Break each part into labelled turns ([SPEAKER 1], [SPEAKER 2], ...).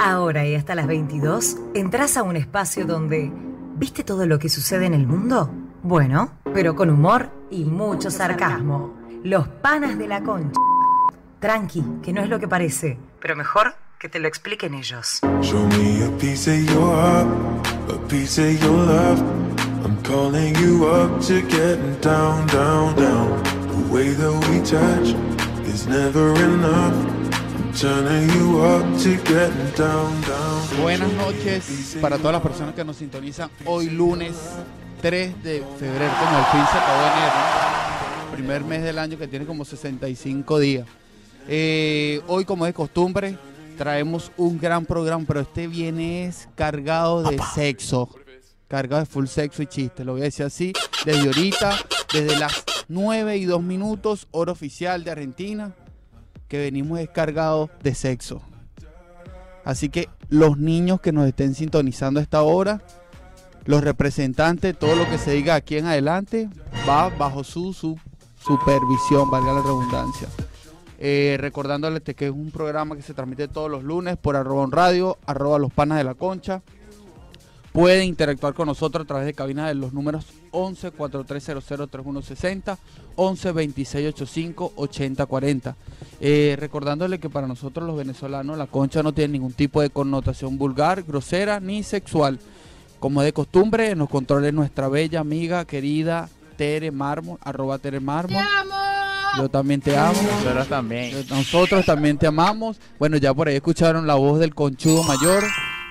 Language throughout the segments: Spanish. [SPEAKER 1] Ahora y hasta las 22 entras a un espacio donde ¿viste todo lo que sucede en el mundo? Bueno, pero con humor y mucho sarcasmo. Los panas de la concha. Tranqui, que no es lo que parece, pero mejor que te lo expliquen ellos.
[SPEAKER 2] Show me a piece of your heart, a piece of your love. I'm calling you up to getting down, down, down. The way that we touch is never enough. I'm turning you up to getting down, down.
[SPEAKER 3] Buenas noches para todas las personas que nos sintonizan hoy lunes 3 de febrero, como el fin se acabó enero, ¿no? primer mes del año que tiene como 65 días. Eh, hoy como de costumbre traemos un gran programa, pero este viene es cargado de sexo, cargado de full sexo y chiste, lo voy a decir así, desde ahorita, desde las 9 y 2 minutos, hora oficial de Argentina, que venimos descargados de sexo. Así que los niños que nos estén sintonizando a esta hora, los representantes, todo lo que se diga aquí en adelante, va bajo su, su supervisión, valga la redundancia. Eh, recordándoles que es un programa que se transmite todos los lunes por arroba on radio, arroba los panas de la concha. Pueden interactuar con nosotros a través de cabina de los números 11 4300 3160, 11 2685 8040. Eh, recordándole que para nosotros los venezolanos la concha no tiene ningún tipo de connotación vulgar, grosera ni sexual. Como de costumbre, nos controle nuestra bella amiga querida Tere Mármol, arroba Tere Mármol. Yo también te amo.
[SPEAKER 4] Nosotros también.
[SPEAKER 3] Nosotros también te amamos. Bueno, ya por ahí escucharon la voz del conchudo mayor,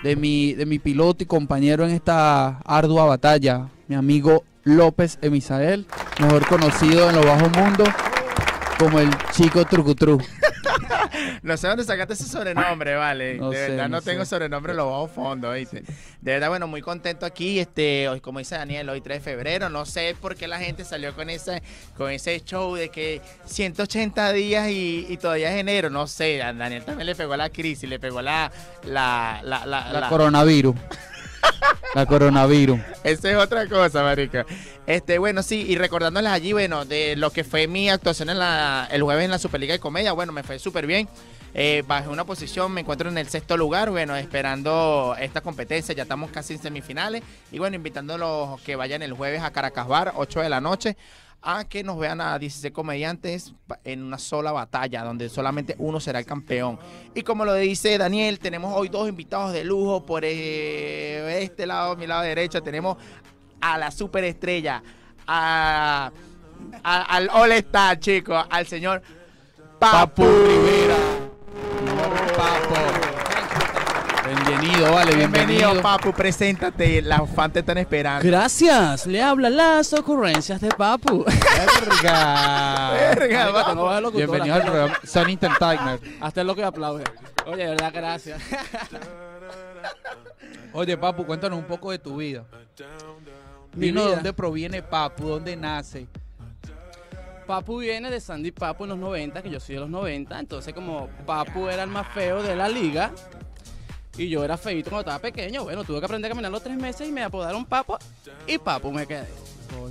[SPEAKER 3] de mi, de mi piloto y compañero en esta ardua batalla, mi amigo López Emisael, mejor conocido en los bajos mundos como el chico trucutru.
[SPEAKER 4] No sé dónde sacaste ese sobrenombre, vale.
[SPEAKER 3] No
[SPEAKER 4] de
[SPEAKER 3] sé,
[SPEAKER 4] verdad
[SPEAKER 3] no
[SPEAKER 4] no
[SPEAKER 3] sé.
[SPEAKER 4] tengo sobrenombre, lo bajo fondo, ¿viste? De verdad, bueno, muy contento aquí. Este, hoy, como dice Daniel, hoy 3 de febrero. No sé por qué la gente salió con ese, con ese show de que 180 días y, y todavía es enero. No sé, a Daniel también le pegó la crisis, le pegó la. la, la, la,
[SPEAKER 3] La
[SPEAKER 4] la-
[SPEAKER 3] coronavirus. La coronavirus.
[SPEAKER 4] Esa es otra cosa, marica. Este, bueno, sí, y recordándoles allí, bueno, de lo que fue mi actuación en la, el jueves en la Superliga de Comedia, bueno, me fue súper bien. Eh, bajé una posición, me encuentro en el sexto lugar, bueno, esperando esta competencia, ya estamos casi en semifinales. Y bueno, invitándolos que vayan el jueves a Caracas Bar, 8 de la noche, a que nos vean a 16 comediantes pa- en una sola batalla, donde solamente uno será el campeón. Y como lo dice Daniel, tenemos hoy dos invitados de lujo. Por eh, este lado, mi lado derecho, tenemos a la superestrella, a, a- al All Star, chicos, al señor
[SPEAKER 3] Papu
[SPEAKER 4] Papu, Rivera.
[SPEAKER 3] Papo. Bienvenido, vale, bienvenido.
[SPEAKER 4] Bienvenido, Papu, preséntate. Las fans te están esperando.
[SPEAKER 5] Gracias, le habla las ocurrencias de Papu.
[SPEAKER 3] Verga.
[SPEAKER 4] Verga,
[SPEAKER 5] Amigo,
[SPEAKER 4] Papu.
[SPEAKER 5] tengo voz de locutora.
[SPEAKER 3] Bienvenido al programa Sony Tagner.
[SPEAKER 5] Hasta es lo que aplaude. Oye, de verdad, gracias.
[SPEAKER 3] Oye, Papu, cuéntanos un poco de tu vida.
[SPEAKER 5] Mi
[SPEAKER 3] Dinos de
[SPEAKER 5] vida.
[SPEAKER 3] dónde proviene Papu, dónde nace.
[SPEAKER 5] Papu viene de Sandy Papu en los 90, que yo soy de los 90. Entonces, como Papu era el más feo de la liga y yo era feito cuando estaba pequeño, bueno, tuve que aprender a caminar los tres meses y me apodaron Papu y Papu me quedé.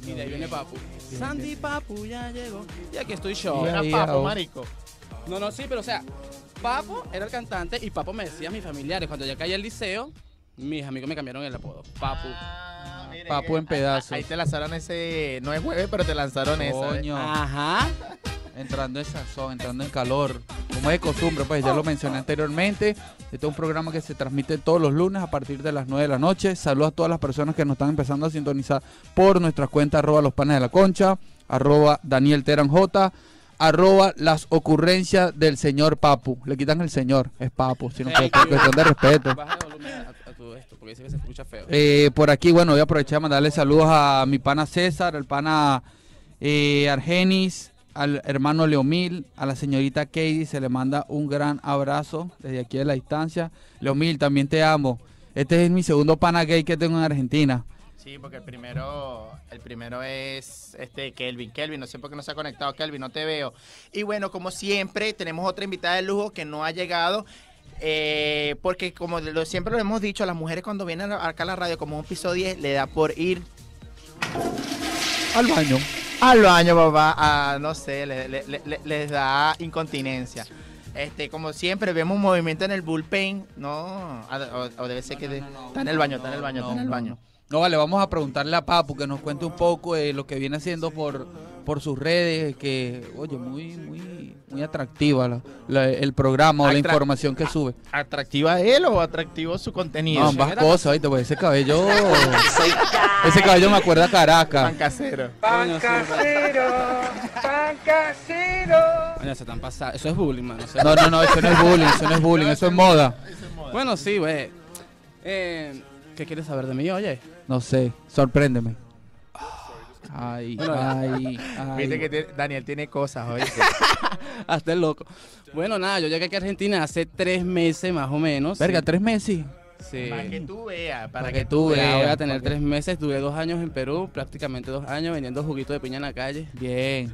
[SPEAKER 5] Y de ahí viene Papu. Sandy Papu ya llegó. Y aquí estoy yo.
[SPEAKER 3] Bien.
[SPEAKER 4] Era
[SPEAKER 3] Ahí,
[SPEAKER 4] Papu,
[SPEAKER 3] ahora.
[SPEAKER 4] marico.
[SPEAKER 5] No, no, sí, pero o sea, Papo era el cantante y Papo me decía a mis familiares. Cuando yo caí al liceo, mis amigos me cambiaron el apodo. Papu.
[SPEAKER 4] Ah, mire,
[SPEAKER 3] Papu en
[SPEAKER 4] ah,
[SPEAKER 3] pedazos.
[SPEAKER 4] Ahí te lanzaron ese. No es jueves, pero te lanzaron esa. ¿eh?
[SPEAKER 3] Coño,
[SPEAKER 5] Ah. Ajá.
[SPEAKER 3] entrando en sazón, entrando en calor. Como es de costumbre, pues ya lo mencioné anteriormente. Este es un programa que se transmite todos los lunes a partir de las 9 de la noche. Saludos a todas las personas que nos están empezando a sintonizar por nuestras cuentas arroba los panes de la concha, arroba Daniel Teran J, arroba las ocurrencias del señor Papu. Le quitan el señor, es Papu, sino que por cuestión de respeto.
[SPEAKER 5] Baja de volumen a, a tu esto, porque dice que se escucha feo.
[SPEAKER 3] Eh, por aquí, bueno, voy a aprovechar a mandarle saludos a mi pana César, al pana eh, Argenis, al hermano Leomil, a la señorita Katie, se le manda un gran abrazo desde aquí de la distancia. Leomil, también te amo. Este es mi segundo pana gay que tengo en Argentina.
[SPEAKER 4] Sí, porque el primero, el primero es este Kelvin. Kelvin, no sé por qué no se ha conectado, Kelvin, no te veo. Y bueno, como siempre, tenemos otra invitada de lujo que no ha llegado. eh, porque como lo- siempre lo hemos dicho, las mujeres cuando vienen acá a la radio como un piso 10, le da por ir
[SPEAKER 3] Al baño.
[SPEAKER 4] Ah, al baño, papá. A, no sé, le- le- le- le- les da incontinencia. Este, como siempre, vemos un movimiento en el bullpen. No, a- o, o debe ser que de- está en el baño, está en el baño, está en el baño.
[SPEAKER 3] No, vale, vamos a preguntarle a Papu que nos cuente un poco de lo que viene haciendo por, por sus redes, que, oye, muy, muy, muy atractiva la- la- el programa o la
[SPEAKER 4] Atra-
[SPEAKER 3] información que sube.
[SPEAKER 4] ¿Atractiva él o atractivo su contenido?
[SPEAKER 3] No, ambas
[SPEAKER 4] Era
[SPEAKER 3] cosas, oíste, pues ese cabello, ese cabello me acuerda a Caracas.
[SPEAKER 4] Tan casero.
[SPEAKER 5] Pan casero, Bueno, se están pasando. Eso es bullying, mano. eso es-
[SPEAKER 3] No, no, no, eso no es bullying, eso no es bullying, eso es moda.
[SPEAKER 5] Bueno, sí, güey. Eh, ¿Qué quieres saber de mí, oye?
[SPEAKER 3] No sé, sorpréndeme. Ay, ay,
[SPEAKER 4] Viste que
[SPEAKER 3] ay.
[SPEAKER 4] tiene- Daniel tiene cosas hoy.
[SPEAKER 5] Hasta el loco. Bueno, nada, yo llegué aquí a Argentina hace tres meses más o menos.
[SPEAKER 3] Verga, tres meses.
[SPEAKER 5] Sí.
[SPEAKER 4] para que tú veas, para,
[SPEAKER 3] Para
[SPEAKER 4] que,
[SPEAKER 3] que
[SPEAKER 4] tú
[SPEAKER 3] tú
[SPEAKER 5] Ya
[SPEAKER 4] veas.
[SPEAKER 5] voy
[SPEAKER 3] veas.
[SPEAKER 5] a tener
[SPEAKER 3] porque-
[SPEAKER 5] tres meses, duré dos años en Perú, prácticamente dos años vendiendo juguito de piña en la calle.
[SPEAKER 3] Bien,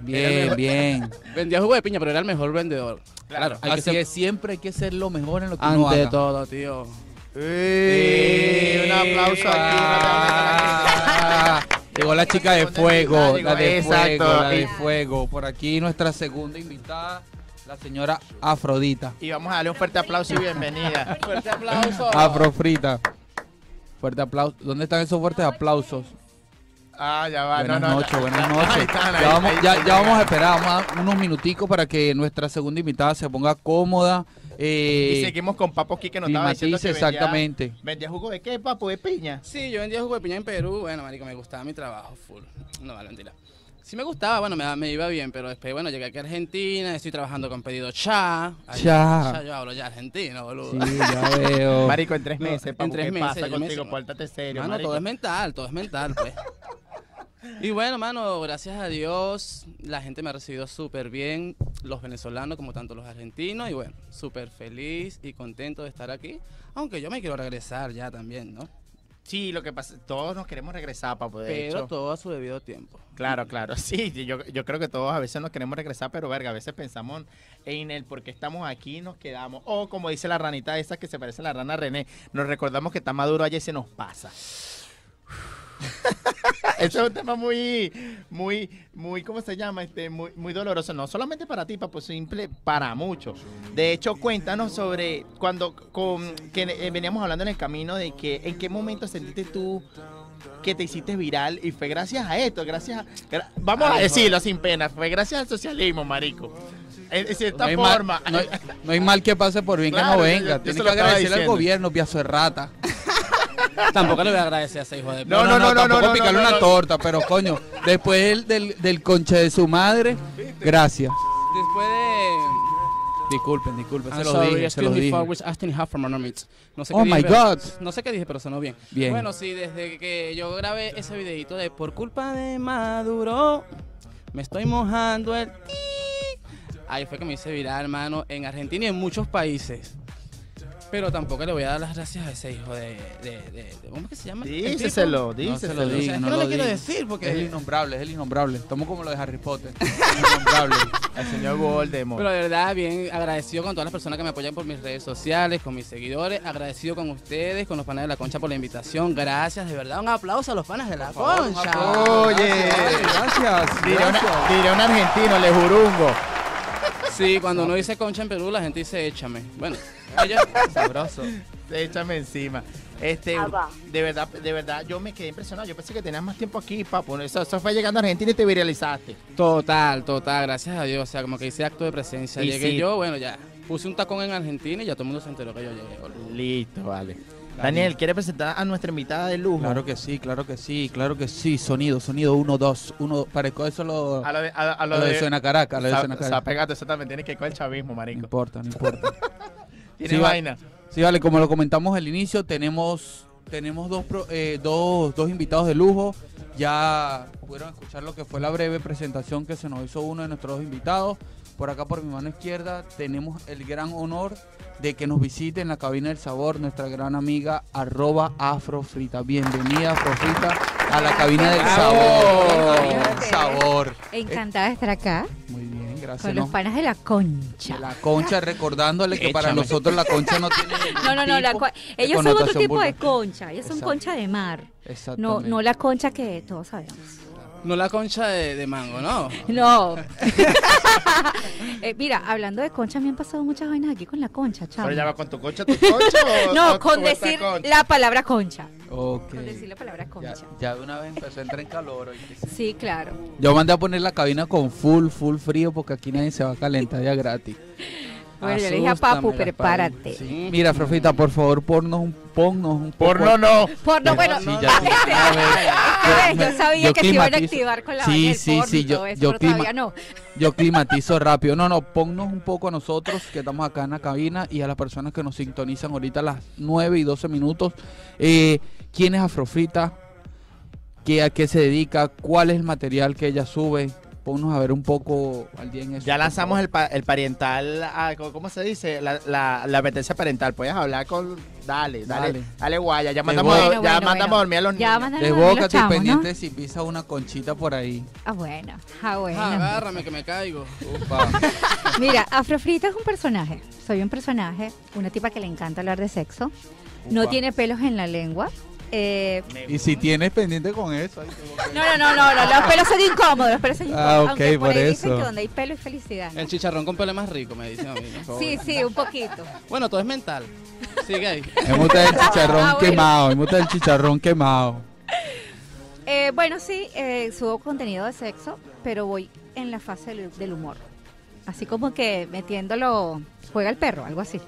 [SPEAKER 3] bien,
[SPEAKER 5] Era-
[SPEAKER 3] bien.
[SPEAKER 5] Vendía jugo de piña, pero era el mejor vendedor. Claro, hay que
[SPEAKER 3] Así
[SPEAKER 5] ser
[SPEAKER 3] es, siempre hay que ser lo mejor en lo que uno
[SPEAKER 5] ante
[SPEAKER 3] haga.
[SPEAKER 5] todo, tío.
[SPEAKER 4] ¡Eh! Un aplauso aquí. un aplauso
[SPEAKER 3] Ah,
[SPEAKER 4] aquí.
[SPEAKER 3] Llegó la chica de fuego, la de
[SPEAKER 4] Exacto.
[SPEAKER 3] fuego, la de fuego. Por aquí nuestra segunda invitada, la señora Afrodita.
[SPEAKER 4] Y vamos a darle un fuerte aplauso y bienvenida.
[SPEAKER 5] Fuerte aplauso.
[SPEAKER 3] Afrofrita. Fuerte aplauso. ¿Dónde están esos fuertes aplausos?
[SPEAKER 4] Ah, ya va.
[SPEAKER 3] Buenas
[SPEAKER 4] no, no,
[SPEAKER 3] noches,
[SPEAKER 4] ya-
[SPEAKER 3] buenas
[SPEAKER 4] ya- ahí
[SPEAKER 3] noches.
[SPEAKER 4] están, ahí-
[SPEAKER 3] Ya vamos,
[SPEAKER 4] ahí
[SPEAKER 3] ya,
[SPEAKER 4] están.
[SPEAKER 3] ya vamos a esperar vamos a dar unos minuticos para que nuestra segunda invitada se ponga cómoda. eh,
[SPEAKER 4] Y seguimos con Papo aquí que nos
[SPEAKER 3] y
[SPEAKER 4] estaba diciendo que
[SPEAKER 3] matice,
[SPEAKER 4] vendía-
[SPEAKER 3] exactamente.
[SPEAKER 4] ¿Vendía jugo de qué, Papo? ¿De piña?
[SPEAKER 5] Sí, yo vendía jugo de piña en Perú. Bueno, marico, me gustaba mi trabajo full. No, vale, mentira. Sí me gustaba, bueno, me, me iba bien, pero después, bueno, llegué aquí a Argentina, estoy trabajando con pedido ya. Ay,
[SPEAKER 3] Ya.
[SPEAKER 5] yo hablo ya argentino, boludo.
[SPEAKER 3] Sí, ya veo.
[SPEAKER 4] Marico, en tres
[SPEAKER 5] No,
[SPEAKER 4] meses,
[SPEAKER 5] en
[SPEAKER 4] Papo,
[SPEAKER 5] tres
[SPEAKER 4] ¿qué
[SPEAKER 5] meses,
[SPEAKER 4] pasa
[SPEAKER 5] yo me-
[SPEAKER 4] contigo? Pórtate serio,
[SPEAKER 5] Mano,
[SPEAKER 4] marico.
[SPEAKER 5] todo es mental, todo es mental, pues. Y bueno, mano, gracias a Dios, la gente me ha recibido súper bien, los venezolanos como tanto los argentinos, y bueno, súper feliz y contento de estar aquí, aunque yo me quiero regresar ya también, ¿no?
[SPEAKER 4] Sí, lo que pasa, todos nos queremos regresar, Papo, de
[SPEAKER 5] Pero
[SPEAKER 4] hecho.
[SPEAKER 5] todo a su debido tiempo.
[SPEAKER 4] Claro, claro, sí, yo, yo creo que todos a veces nos queremos regresar, pero verga, a veces pensamos en el por qué estamos aquí y nos quedamos. O como dice la ranita esa que se parece a la rana René, nos recordamos que está maduro allá y se nos pasa. Eso es un tema muy, muy, muy, ¿cómo se llama? Este, muy, muy doloroso. No solamente para ti, papo, simple, para muchos. De hecho, cuéntanos sobre cuando con, que eh, veníamos hablando en el camino de que en qué momento sentiste tú que te hiciste viral y fue gracias a esto, gracias a, gra- vamos a decirlo sin pena, fue gracias al socialismo, marico. En, en
[SPEAKER 3] No
[SPEAKER 4] cierta
[SPEAKER 3] hay, mal,
[SPEAKER 4] forma.
[SPEAKER 3] no hay- no hay mal que pase por bien
[SPEAKER 4] Claro,
[SPEAKER 3] que no
[SPEAKER 4] yo- yo-
[SPEAKER 3] venga.
[SPEAKER 4] yo se
[SPEAKER 3] Tienes
[SPEAKER 4] lo
[SPEAKER 3] que
[SPEAKER 4] estaba
[SPEAKER 3] agradecerle al
[SPEAKER 4] diciendo.
[SPEAKER 3] gobierno, piazo de rata.
[SPEAKER 5] Tampoco le voy a agradecer a ese hijo de...
[SPEAKER 4] No, no, no, no,
[SPEAKER 3] tampoco
[SPEAKER 4] no, no,
[SPEAKER 3] picarle
[SPEAKER 4] no,
[SPEAKER 3] una
[SPEAKER 4] no.
[SPEAKER 3] torta, pero coño, después del, del, del conche de su madre, gracias.
[SPEAKER 5] Después de...
[SPEAKER 3] Disculpen, disculpen, Pues se
[SPEAKER 5] I'm
[SPEAKER 3] los
[SPEAKER 5] sorry,
[SPEAKER 3] dije, se
[SPEAKER 5] excuse
[SPEAKER 3] los
[SPEAKER 5] me
[SPEAKER 3] dije.
[SPEAKER 5] for which Austin Huff from Anomits. No sé
[SPEAKER 3] Oh
[SPEAKER 5] qué dije,
[SPEAKER 3] my
[SPEAKER 5] pero-
[SPEAKER 3] God.
[SPEAKER 5] No sé qué dije, pero sonó bien.
[SPEAKER 3] Bien.
[SPEAKER 5] Bueno, sí, desde que yo grabé ese videito de Por culpa de Maduro, me estoy mojando el ti. Ahí fue que me hice viral, hermano, en Argentina y en muchos países. Pero tampoco le voy a dar las gracias a ese hijo de. de- de- de- ¿Cómo es que se llama? el tipo?
[SPEAKER 4] Díseselo,
[SPEAKER 3] No se lo
[SPEAKER 4] díseselo.
[SPEAKER 3] diga,
[SPEAKER 5] es
[SPEAKER 3] no,
[SPEAKER 5] que no
[SPEAKER 3] lo
[SPEAKER 5] le quiero
[SPEAKER 3] diga.
[SPEAKER 5] decir, porque-
[SPEAKER 3] Es el innombrable, es el innombrable. Estamos como lo de Harry Potter. El innombrable.
[SPEAKER 4] Al señor Voldemort.
[SPEAKER 5] Pero de verdad, bien agradecido con todas las personas que me apoyan por mis redes sociales, con mis seguidores, agradecido con ustedes, con los panas de la concha por la invitación. Gracias, de verdad, un aplauso a los panas de la concha.
[SPEAKER 4] Oye.
[SPEAKER 3] Gracias,
[SPEAKER 4] Diría, una-
[SPEAKER 3] gracias.
[SPEAKER 4] diría un argentino, le jurungo.
[SPEAKER 5] Sí, cuando uno dice concha en Perú, la gente dice échame. Bueno, ellos-
[SPEAKER 3] Sabroso.
[SPEAKER 4] Échame encima. Este,
[SPEAKER 6] Ah,
[SPEAKER 4] de verdad, de verdad, yo me quedé impresionado. Yo pensé que tenías más tiempo aquí, papo. Eso, eso fue llegando a Argentina y te viralizaste.
[SPEAKER 5] total, total, gracias a Dios. O sea, como que hice acto de presencia.
[SPEAKER 4] Y
[SPEAKER 5] Llegué
[SPEAKER 4] sí.
[SPEAKER 5] yo, bueno, ya. Puse un tacón en Argentina y ya todo el mundo se enteró que yo llegué. boludo.
[SPEAKER 4] Listo, vale. Daniel, ¿quiere presentar a nuestra invitada de lujo?
[SPEAKER 3] Claro que sí, claro que sí, claro que sí. Sonido, sonido, uno, dos, uno. Parezco eso lo,
[SPEAKER 4] A lo de, a, a
[SPEAKER 3] lo de Suena Caracas, a lo de Suena
[SPEAKER 4] O sea,
[SPEAKER 3] Caracas.
[SPEAKER 4] pégate, eso también tiene que ir con el chavismo,
[SPEAKER 3] No
[SPEAKER 4] marico.
[SPEAKER 3] importa, no importa.
[SPEAKER 4] Tiene
[SPEAKER 3] Sí, va-
[SPEAKER 4] vaina.
[SPEAKER 3] Sí, vale, como lo comentamos al inicio, tenemos, tenemos dos, pro- eh, dos, dos invitados de lujo. Ya pudieron escuchar lo que fue la breve presentación que se nos hizo uno de nuestros dos invitados. Por acá, por mi mano izquierda, tenemos el gran honor de que nos visite en la cabina del sabor nuestra gran amiga arroba afrofrita. Bienvenida, Afrofrita, a la cabina del
[SPEAKER 4] ¡Bravo!
[SPEAKER 3] sabor. Cabina del sabor.
[SPEAKER 6] Encantada de estar acá
[SPEAKER 3] Muy bien,
[SPEAKER 6] con
[SPEAKER 3] gracias.
[SPEAKER 6] los
[SPEAKER 3] ¿no?
[SPEAKER 6] panas de la concha.
[SPEAKER 3] La concha, recordándole que para
[SPEAKER 4] Échame.
[SPEAKER 3] nosotros la concha no tiene.
[SPEAKER 6] No, no, no, la
[SPEAKER 3] tipo
[SPEAKER 6] cua-
[SPEAKER 3] de
[SPEAKER 6] ellos son otro
[SPEAKER 3] connotación
[SPEAKER 6] tipo de
[SPEAKER 3] vulgar.
[SPEAKER 6] concha, ellos son
[SPEAKER 3] Exacto.
[SPEAKER 6] concha de mar, no,
[SPEAKER 3] Exactamente.
[SPEAKER 6] no la concha que todos sabemos.
[SPEAKER 5] No la concha de, de mango, no.
[SPEAKER 6] No. Eh, mira, hablando de concha, me han pasado muchas vainas aquí con la concha, chavo.
[SPEAKER 4] Pero ya va con tu concha, tu concha. o-
[SPEAKER 6] No,
[SPEAKER 4] o
[SPEAKER 6] con
[SPEAKER 4] tú esta
[SPEAKER 6] decir
[SPEAKER 4] concha.
[SPEAKER 6] la palabra concha.
[SPEAKER 3] Ok.
[SPEAKER 6] Con decir la palabra
[SPEAKER 3] Ya,
[SPEAKER 6] concha.
[SPEAKER 3] ya de una vez empezó a entrar en calor. ¿oíste?
[SPEAKER 6] Sí, claro.
[SPEAKER 3] Yo mandé a poner la cabina con full, full frío porque aquí nadie se va a calentar ya gratis.
[SPEAKER 6] Bueno, yo le dije a
[SPEAKER 3] Asústame,
[SPEAKER 6] Papu,
[SPEAKER 3] Gaspar.
[SPEAKER 6] prepárate.
[SPEAKER 3] Sí. Mira, Frofita, por favor, ponnos un, ponnos un poco-
[SPEAKER 4] Porno no.
[SPEAKER 6] Por no, bueno,
[SPEAKER 3] Sí, ya,
[SPEAKER 6] bájese,
[SPEAKER 3] ya,
[SPEAKER 6] bájese.
[SPEAKER 3] ya,
[SPEAKER 6] Yo sabía
[SPEAKER 3] yo
[SPEAKER 6] que se iban a
[SPEAKER 3] climatizo.
[SPEAKER 6] activar con la
[SPEAKER 3] Sí,
[SPEAKER 6] vaina del
[SPEAKER 3] sí,
[SPEAKER 6] porno
[SPEAKER 3] sí,
[SPEAKER 6] y
[SPEAKER 3] yo-
[SPEAKER 6] todo eso,
[SPEAKER 3] yo
[SPEAKER 6] pero todavía
[SPEAKER 3] clima-
[SPEAKER 6] no.
[SPEAKER 3] Yo climatizo rápido. No, no, ponnos un poco a nosotros que estamos acá en la cabina y a las personas que nos sintonizan ahorita a las 9 y 12 minutos. Eh, ¿Quién es Afrofrita? ¿Qué, ¿A qué se dedica? ¿Cuál es el material que ella sube? Ponnos a ver un poco al día en eso.
[SPEAKER 4] Ya
[SPEAKER 3] por
[SPEAKER 4] lanzamos
[SPEAKER 3] favor.
[SPEAKER 4] el, pa- el parental, ah, ¿cómo- ¿cómo se dice? La, la, la advertencia parental. Puedes hablar con... Dale, dale, dale,
[SPEAKER 3] Dale.
[SPEAKER 4] guaya. Ya mandamos,
[SPEAKER 3] voy.
[SPEAKER 4] a-
[SPEAKER 6] Bueno,
[SPEAKER 4] ya
[SPEAKER 6] bueno,
[SPEAKER 4] mandamos
[SPEAKER 6] bueno.
[SPEAKER 4] a dormir a los niños.
[SPEAKER 6] Ah, Ya van a los
[SPEAKER 3] Desbócate y
[SPEAKER 6] chamos, ¿no?
[SPEAKER 3] pendiente si pisa una conchita por ahí.
[SPEAKER 6] Ah, bueno, ah, bueno.
[SPEAKER 5] Agárrame que me caigo.
[SPEAKER 6] Mira, Afrofrita es un personaje. Soy un personaje, una tipa que le encanta hablar de sexo. No
[SPEAKER 3] Upa.
[SPEAKER 6] tiene pelos en la lengua. Eh,
[SPEAKER 3] Y si tienes pendiente con eso. ahí te voy a-
[SPEAKER 6] no, no, no, no, no, los pelos son incómodos, los pelos son incómodos.
[SPEAKER 3] Ah, ok,
[SPEAKER 6] aunque por,
[SPEAKER 3] por
[SPEAKER 6] ahí dicen
[SPEAKER 3] eso.
[SPEAKER 6] que donde hay pelo es felicidad. ¿no?
[SPEAKER 5] El chicharrón con pelo es más rico, me dicen a mí. ¿no?
[SPEAKER 6] Sí, sí, un poquito.
[SPEAKER 5] Bueno, todo es mental. Sigue ahí.
[SPEAKER 3] Me gusta el chicharrón
[SPEAKER 6] Ah, bueno.
[SPEAKER 3] quemado, me gusta el chicharrón quemado.
[SPEAKER 6] Eh, bueno, sí, eh, subo contenido de sexo, pero voy en la fase del, del humor. Así como que metiéndolo, juega el perro, algo así.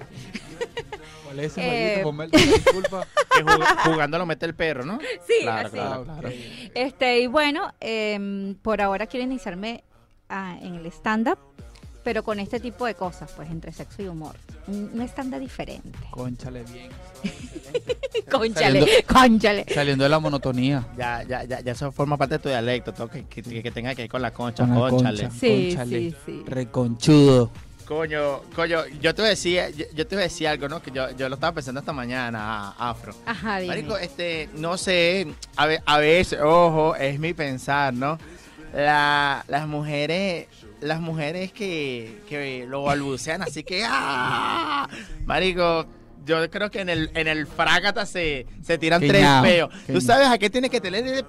[SPEAKER 3] ¿Cuál es
[SPEAKER 6] ese Eh, jueguito? Ponme
[SPEAKER 3] disculpa. Ah,
[SPEAKER 4] Que jug- jugando lo mete el perro, ¿no?
[SPEAKER 6] Sí,
[SPEAKER 4] Claro,
[SPEAKER 6] así.
[SPEAKER 4] claro,
[SPEAKER 6] Este, y bueno, em, por ahora quiero iniciarme ah, en el stand-up, pero con este tipo de cosas, pues entre sexo y humor. Un un stand-up diferente.
[SPEAKER 3] Conchale bien.
[SPEAKER 6] Cónchale, cónchale.
[SPEAKER 3] Saliendo de la monotonía.
[SPEAKER 4] Ya, ya, ya, ya eso forma parte de tu dialecto, todo que, que, que tenga que ver con la concha,
[SPEAKER 3] Con la
[SPEAKER 4] conchale.
[SPEAKER 3] concha.
[SPEAKER 6] Sí,
[SPEAKER 3] Cónchale.
[SPEAKER 6] sí, sí.
[SPEAKER 3] Reconchudo.
[SPEAKER 4] Coño, coño, yo te decía, yo, yo te decía algo, ¿no? Que yo, yo lo estaba pensando esta mañana, a- Afro.
[SPEAKER 6] Ajá, dime.
[SPEAKER 4] Marico, este, no sé, a, ve- a veces, ojo, es mi pensar, ¿no? La- las mujeres, las mujeres que, que lo balbucean, así que, ¡ah! Marico, yo creo que en el, en el frágata se, se tiran
[SPEAKER 3] Qué
[SPEAKER 4] tres
[SPEAKER 3] ñao,
[SPEAKER 4] peos.
[SPEAKER 3] qué
[SPEAKER 4] ¿Tú
[SPEAKER 3] ñao.
[SPEAKER 4] sabes a qué tienes que tener